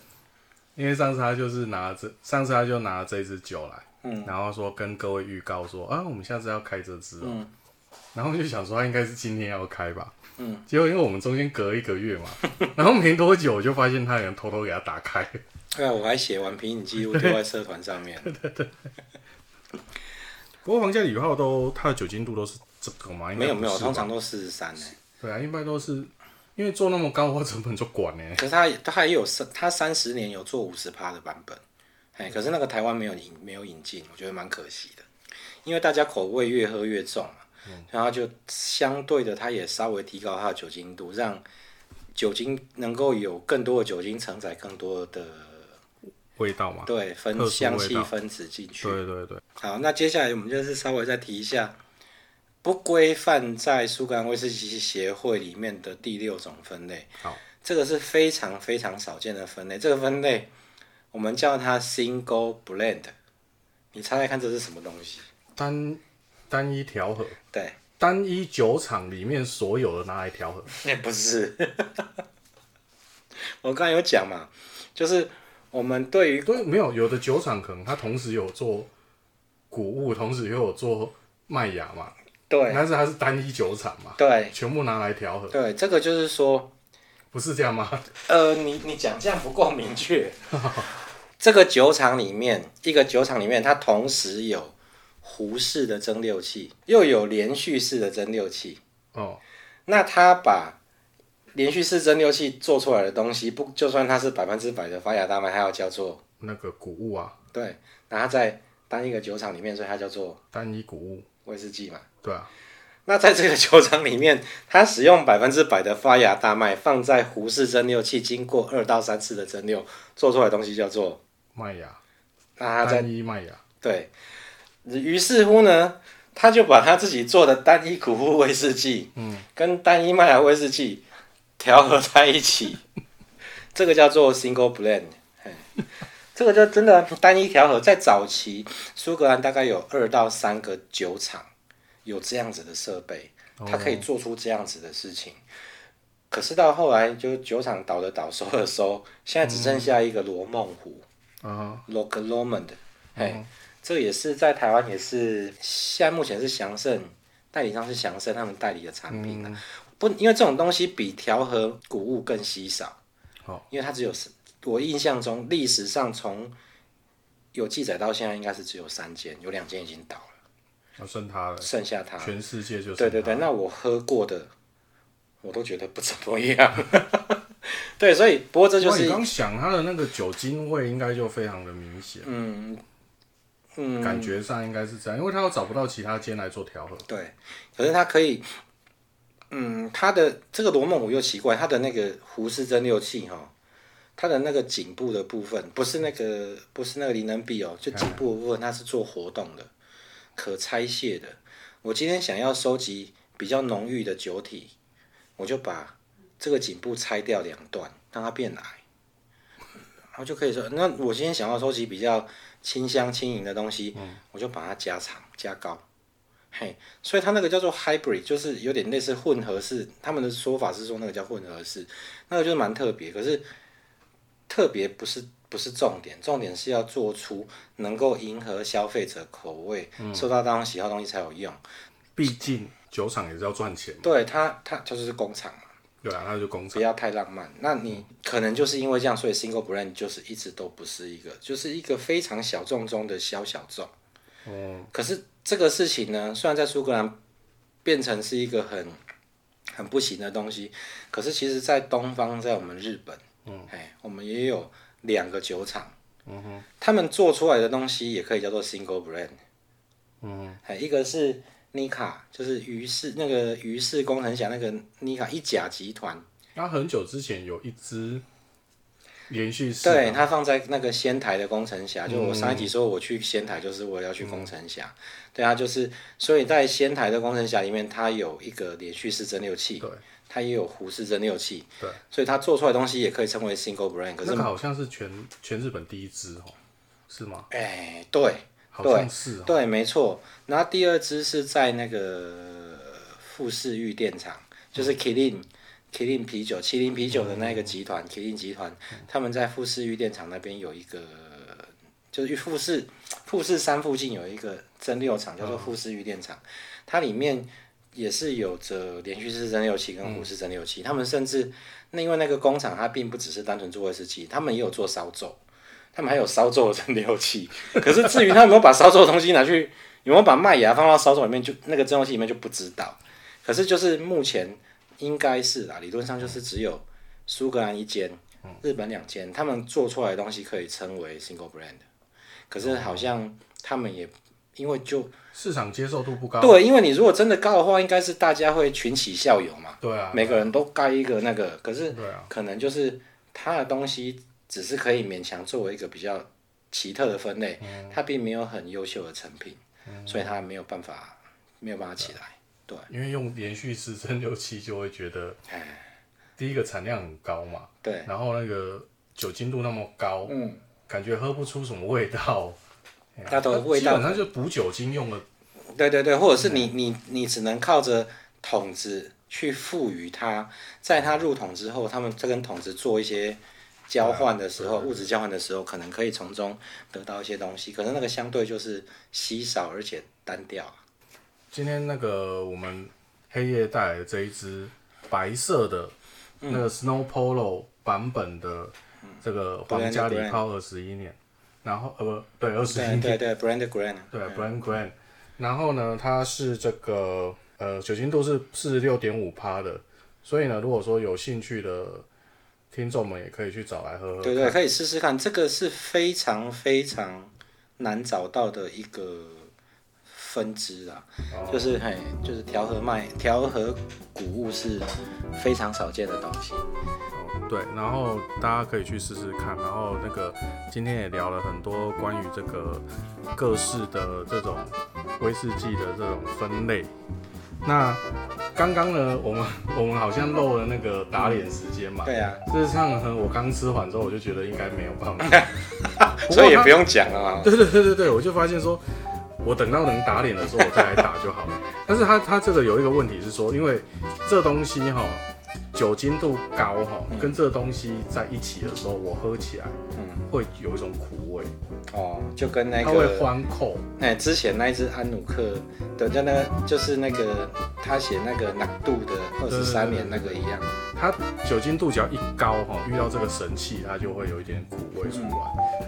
[SPEAKER 1] 因为上次他就是拿这，上次他就拿这支酒来，嗯，然后说跟各位预告说啊，我们下次要开这支哦、
[SPEAKER 2] 嗯
[SPEAKER 1] 然后我就想说他应该是今天要开吧，嗯，结果因为我们中间隔一个月嘛，然后没多久我就发现他有人偷偷给他打开，
[SPEAKER 2] 对啊，我还写完评影记录丢在社团上面。
[SPEAKER 1] 不过皇家礼炮都它的酒精度都是这个嘛，应该
[SPEAKER 2] 没有
[SPEAKER 1] 不
[SPEAKER 2] 没有，
[SPEAKER 1] 是吧
[SPEAKER 2] 通常都四十三欸呢。
[SPEAKER 1] 对啊，一般都是因为做那么高，我成本就管呢、
[SPEAKER 2] 可是它它也有三，它三十年有做五十趴的版本，
[SPEAKER 1] 嗯
[SPEAKER 2] 哎，可是那个台湾没有引没有引进，我觉得蛮可惜的，因为大家口味越喝越重嘛，
[SPEAKER 1] 嗯
[SPEAKER 2] 然后就相对的，它也稍微提高它的酒精度，让酒精能够有更多的酒精承载更多的
[SPEAKER 1] 味道嘛。
[SPEAKER 2] 对分
[SPEAKER 1] 特殊
[SPEAKER 2] 香
[SPEAKER 1] 味
[SPEAKER 2] 气
[SPEAKER 1] 道
[SPEAKER 2] 分子进去。
[SPEAKER 1] 对对对，
[SPEAKER 2] 好，那接下来我们就是稍微再提一下不规范在苏格兰威士忌协会里面的第六种分类。
[SPEAKER 1] 好，
[SPEAKER 2] 这个是非常非常少见的分类，这个分类我们叫它 single blend。你猜猜看这是什么东西？
[SPEAKER 1] 单单一调和，
[SPEAKER 2] 对，
[SPEAKER 1] 单一酒厂里面所有的拿来调和，
[SPEAKER 2] 也不是。我刚才有讲嘛，就是我们对于
[SPEAKER 1] 对，没有有的酒厂可能它同时有做谷物，同时又有做麦芽嘛，
[SPEAKER 2] 对
[SPEAKER 1] 但是它是单一酒厂嘛，
[SPEAKER 2] 对
[SPEAKER 1] 全部拿来调和，
[SPEAKER 2] 对，这个就是说，
[SPEAKER 1] 不是这样吗？
[SPEAKER 2] 呃，你你讲这样不够明确。 这个酒厂里面，一个酒厂里面，它同时有壶式的蒸馏器，又有连续式的蒸馏器。
[SPEAKER 1] 哦，
[SPEAKER 2] 那他把连续式蒸馏器做出来的东西，不就算它是百分之百的发芽大麦，它要叫做
[SPEAKER 1] 那个谷物啊，
[SPEAKER 2] 对，那它在单一个酒厂里面，所以它叫做
[SPEAKER 1] 单一谷物，
[SPEAKER 2] 威士忌嘛。
[SPEAKER 1] 对啊，
[SPEAKER 2] 那在这个酒厂里面，它使用百分之百的发芽大麦，放在胡氏蒸馏器经过二到三次的蒸馏，做出来的东西叫做
[SPEAKER 1] 麦芽，
[SPEAKER 2] 那它啊在
[SPEAKER 1] 单一麦芽，
[SPEAKER 2] 对，于是乎呢，他就把他自己做的单一谷物威士忌，嗯，跟单一麦芽威士忌 调和在一起，这个叫做 single blend，嘿这个就真的单一调和。在早期，苏格兰大概有二到三个酒厂有这样子的设备，它可以做出这样子的事情。可是到后来，就酒厂倒的倒，收的收，现在只剩下一个罗梦湖。
[SPEAKER 1] 啊，
[SPEAKER 2] l o c a l o m o n d 嘿，哦这个也是在台湾也是现在目前是祥盛代理商是祥盛他们代理的产品
[SPEAKER 1] 嗯
[SPEAKER 2] 啊，不因为这种东西比调和谷物更稀少，
[SPEAKER 1] 哦，
[SPEAKER 2] 因为它只有三我印象中历史上从有记载到现在应该是只有三间，有两间已经倒了，
[SPEAKER 1] 要啊剩它了，
[SPEAKER 2] 剩下它
[SPEAKER 1] 全世界就剩
[SPEAKER 2] 对对
[SPEAKER 1] 它
[SPEAKER 2] 对，那我喝过的我都觉得不怎么样， 对，所以不过这就
[SPEAKER 1] 哇
[SPEAKER 2] 是
[SPEAKER 1] 你刚想它的那个酒精味应该就非常的明显，
[SPEAKER 2] 嗯嗯。
[SPEAKER 1] 感觉上应该是这样，因为它又找不到其他间来做调和，
[SPEAKER 2] 对，可是它可以，嗯，它的这个罗梦虎又奇怪，它的那个胡氏蒸馏器哈、它的那个颈部的部分不是那个不是那个灵能臂哦，就颈部的部分它是做活动的，可拆卸的。我今天想要收集比较浓郁的酒体，我就把这个颈部拆掉两段，让它变矮。然后就可以说，那我今天想要收集比较清香轻盈的东西，我就把它加长加高，嘿，所以它那个叫做 hybrid，就是有点类似混合式，他们的说法是说那个叫混合式，那个就是蛮特别。可是特别不是不是重点，重点是要做出能够迎合消费者口味、受到大众喜好的东西才有用。
[SPEAKER 1] 毕竟酒厂也是要赚钱，
[SPEAKER 2] 对它，它就是工厂嘛，
[SPEAKER 1] 对啊，它就工厂，
[SPEAKER 2] 不要太浪漫。那你可能就是因为这样，所以 single brand 就是一直都不是一个，就是一个非常小众中的小小众。
[SPEAKER 1] 哦，
[SPEAKER 2] 可是这个事情呢，虽然在苏格兰变成是一个很很不行的东西，可是其实，在东方，在我们日本，嗯，哎，我们也有两个酒厂，嗯哼，他们做出来的东西也可以叫做 single brand，嗯，哎，一个是妮卡，就是于氏那个于氏工程侠那个妮卡一甲集团。
[SPEAKER 1] 它很久之前有一支连续式
[SPEAKER 2] 对，它放在那个仙台的工程峡，
[SPEAKER 1] 嗯
[SPEAKER 2] 就我上一集说我去仙台，就是我要去工程峡。对啊，就是所以在仙台的工程峡里面，它有一个连续式蒸馏器，
[SPEAKER 1] 对，
[SPEAKER 2] 它也有壶式蒸馏器，
[SPEAKER 1] 对，
[SPEAKER 2] 所以它做出来的东西也可以称为 single brand。可是
[SPEAKER 1] 那，个好像是全全日本第一支哦，是吗？
[SPEAKER 2] 哎、对
[SPEAKER 1] 好像是哦，
[SPEAKER 2] 对，没错。然后第二支是在那个富士玉电厂，就是 Kirin、Kirin 啤酒、麒麟啤酒的那个集团、麒麟集团，他们在富士玉电厂那边有一个，就是富士富士山附近有一个蒸馏厂，叫做富士玉电厂，它里面。也是有着连续式蒸馏器跟虎式蒸馏器，他们甚至那因为那个工厂它并不只是单纯做威士忌，他们也有做烧酒，他们还有烧酒的蒸馏器， 可是至于他有没有把烧皱的东西拿去，有没有把麦芽放到烧皱里面，就那个蒸馏器里面就不知道。可是就是目前应该是啦，理论上就是只有苏格兰一间，日本两间，他们做出来的东西可以称为 single brand。可是好像他们也因为就
[SPEAKER 1] 市场接受度不高，
[SPEAKER 2] 对，因为你如果真的高的话，应该是大家会群起效尤嘛，
[SPEAKER 1] 对啊，
[SPEAKER 2] 每个人都盖一个那个。可是
[SPEAKER 1] 对啊，
[SPEAKER 2] 可能就是它的东西只是可以勉强作为一个比较奇特的分类，
[SPEAKER 1] 嗯
[SPEAKER 2] 它并没有很优秀的成品，所以它没有办法没有办法起来。对，
[SPEAKER 1] 因为用连续式蒸馏器就会觉得，第一个产量很高嘛，
[SPEAKER 2] 哎对，
[SPEAKER 1] 然后那个酒精度那么高，
[SPEAKER 2] 嗯，
[SPEAKER 1] 感觉喝不出什么味道，啊
[SPEAKER 2] 它的味
[SPEAKER 1] 基
[SPEAKER 2] 道
[SPEAKER 1] 本，上就补酒精用的，
[SPEAKER 2] 对对对，或者是
[SPEAKER 1] 嗯
[SPEAKER 2] 你你你只能靠着桶子去赋予它，在它入桶之后，他们再跟桶子做一些交换的时候，
[SPEAKER 1] 嗯
[SPEAKER 2] 物质交换的时候，可能可以从中得到一些东西，可是那个相对就是稀少而且单调。
[SPEAKER 1] 今天那个我们黑夜带来的这一支白色的那个 Snow Polo 版本的这个皇家礼炮二十一年，然后呃不对二十一
[SPEAKER 2] 对
[SPEAKER 1] 年
[SPEAKER 2] 对对，Brand Grant，
[SPEAKER 1] 对 Brand Grant，然后呢它是这个呃酒精度是四十六点五趴的，所以呢如果说有兴趣的听众们也可以去找来喝喝。
[SPEAKER 2] 对对，可以试试看，这个是非常非常难找到的一个分支啊，
[SPEAKER 1] 哦
[SPEAKER 2] 就是嘿，就是调和麦调和谷物是非常少见的东西。
[SPEAKER 1] 哦，对，然后大家可以去试试看。然后那个今天也聊了很多关于这个各式的这种威士忌的这种分类。那刚刚呢，我们我们好像漏了那个打脸时间嘛。
[SPEAKER 2] 对啊，
[SPEAKER 1] 事实上呢，我刚吃完之后，我就觉得应该没有 办法。不过
[SPEAKER 2] 所以也
[SPEAKER 1] 它
[SPEAKER 2] 不用讲了啊。
[SPEAKER 1] 对对对对对，我就发现说，我等到能打脸的时候，我再来打就好了。但是它它这个有一个问题是说，因为这东西哈，酒精度高哈，跟这东西在一起的时候，我喝起来
[SPEAKER 2] 嗯，
[SPEAKER 1] 会有一种苦味，
[SPEAKER 2] 哦，就跟那
[SPEAKER 1] 它会
[SPEAKER 2] 个
[SPEAKER 1] 欢口。
[SPEAKER 2] 哎，之前那一只安努克的，就那个就是那个他写那个纳杜的二十三年那个一样。
[SPEAKER 1] 它酒精度只要一高哈，遇到这个神器，它就会有一点苦味出来。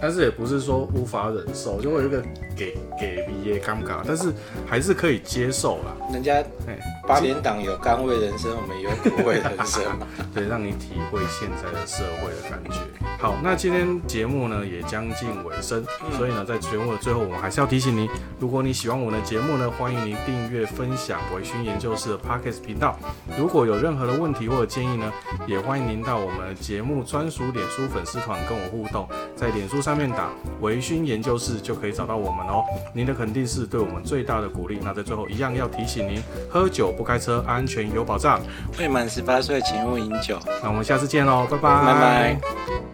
[SPEAKER 1] 但是也不是说无法忍受，就会有一个给给 B 耶尴尬，但是还是可以接受啦。
[SPEAKER 2] 人家
[SPEAKER 1] 哎，
[SPEAKER 2] 八点档有甘味人生，我们有苦味人生嘛。
[SPEAKER 1] 对，让你体会现在的社会的感觉。好，那今天节目呢也将近尾声，所以呢，在节目的最后，我们还是要提醒您，如果你喜欢我们的节目呢，欢迎您订阅、分享微醺研究室的 Podcast 频道。如果有任何的问题或者建议呢，也欢迎您到我们节目专属脸书粉丝团跟我互动，在脸书上面打“微醺研究室”就可以找到我们哦。您的肯定是对我们最大的鼓励。那在最后一样要提醒您，喝酒不开车，安全有保障。
[SPEAKER 2] 未满十八岁，请勿饮酒。
[SPEAKER 1] 那我们下次见喽，拜拜，
[SPEAKER 2] 拜拜。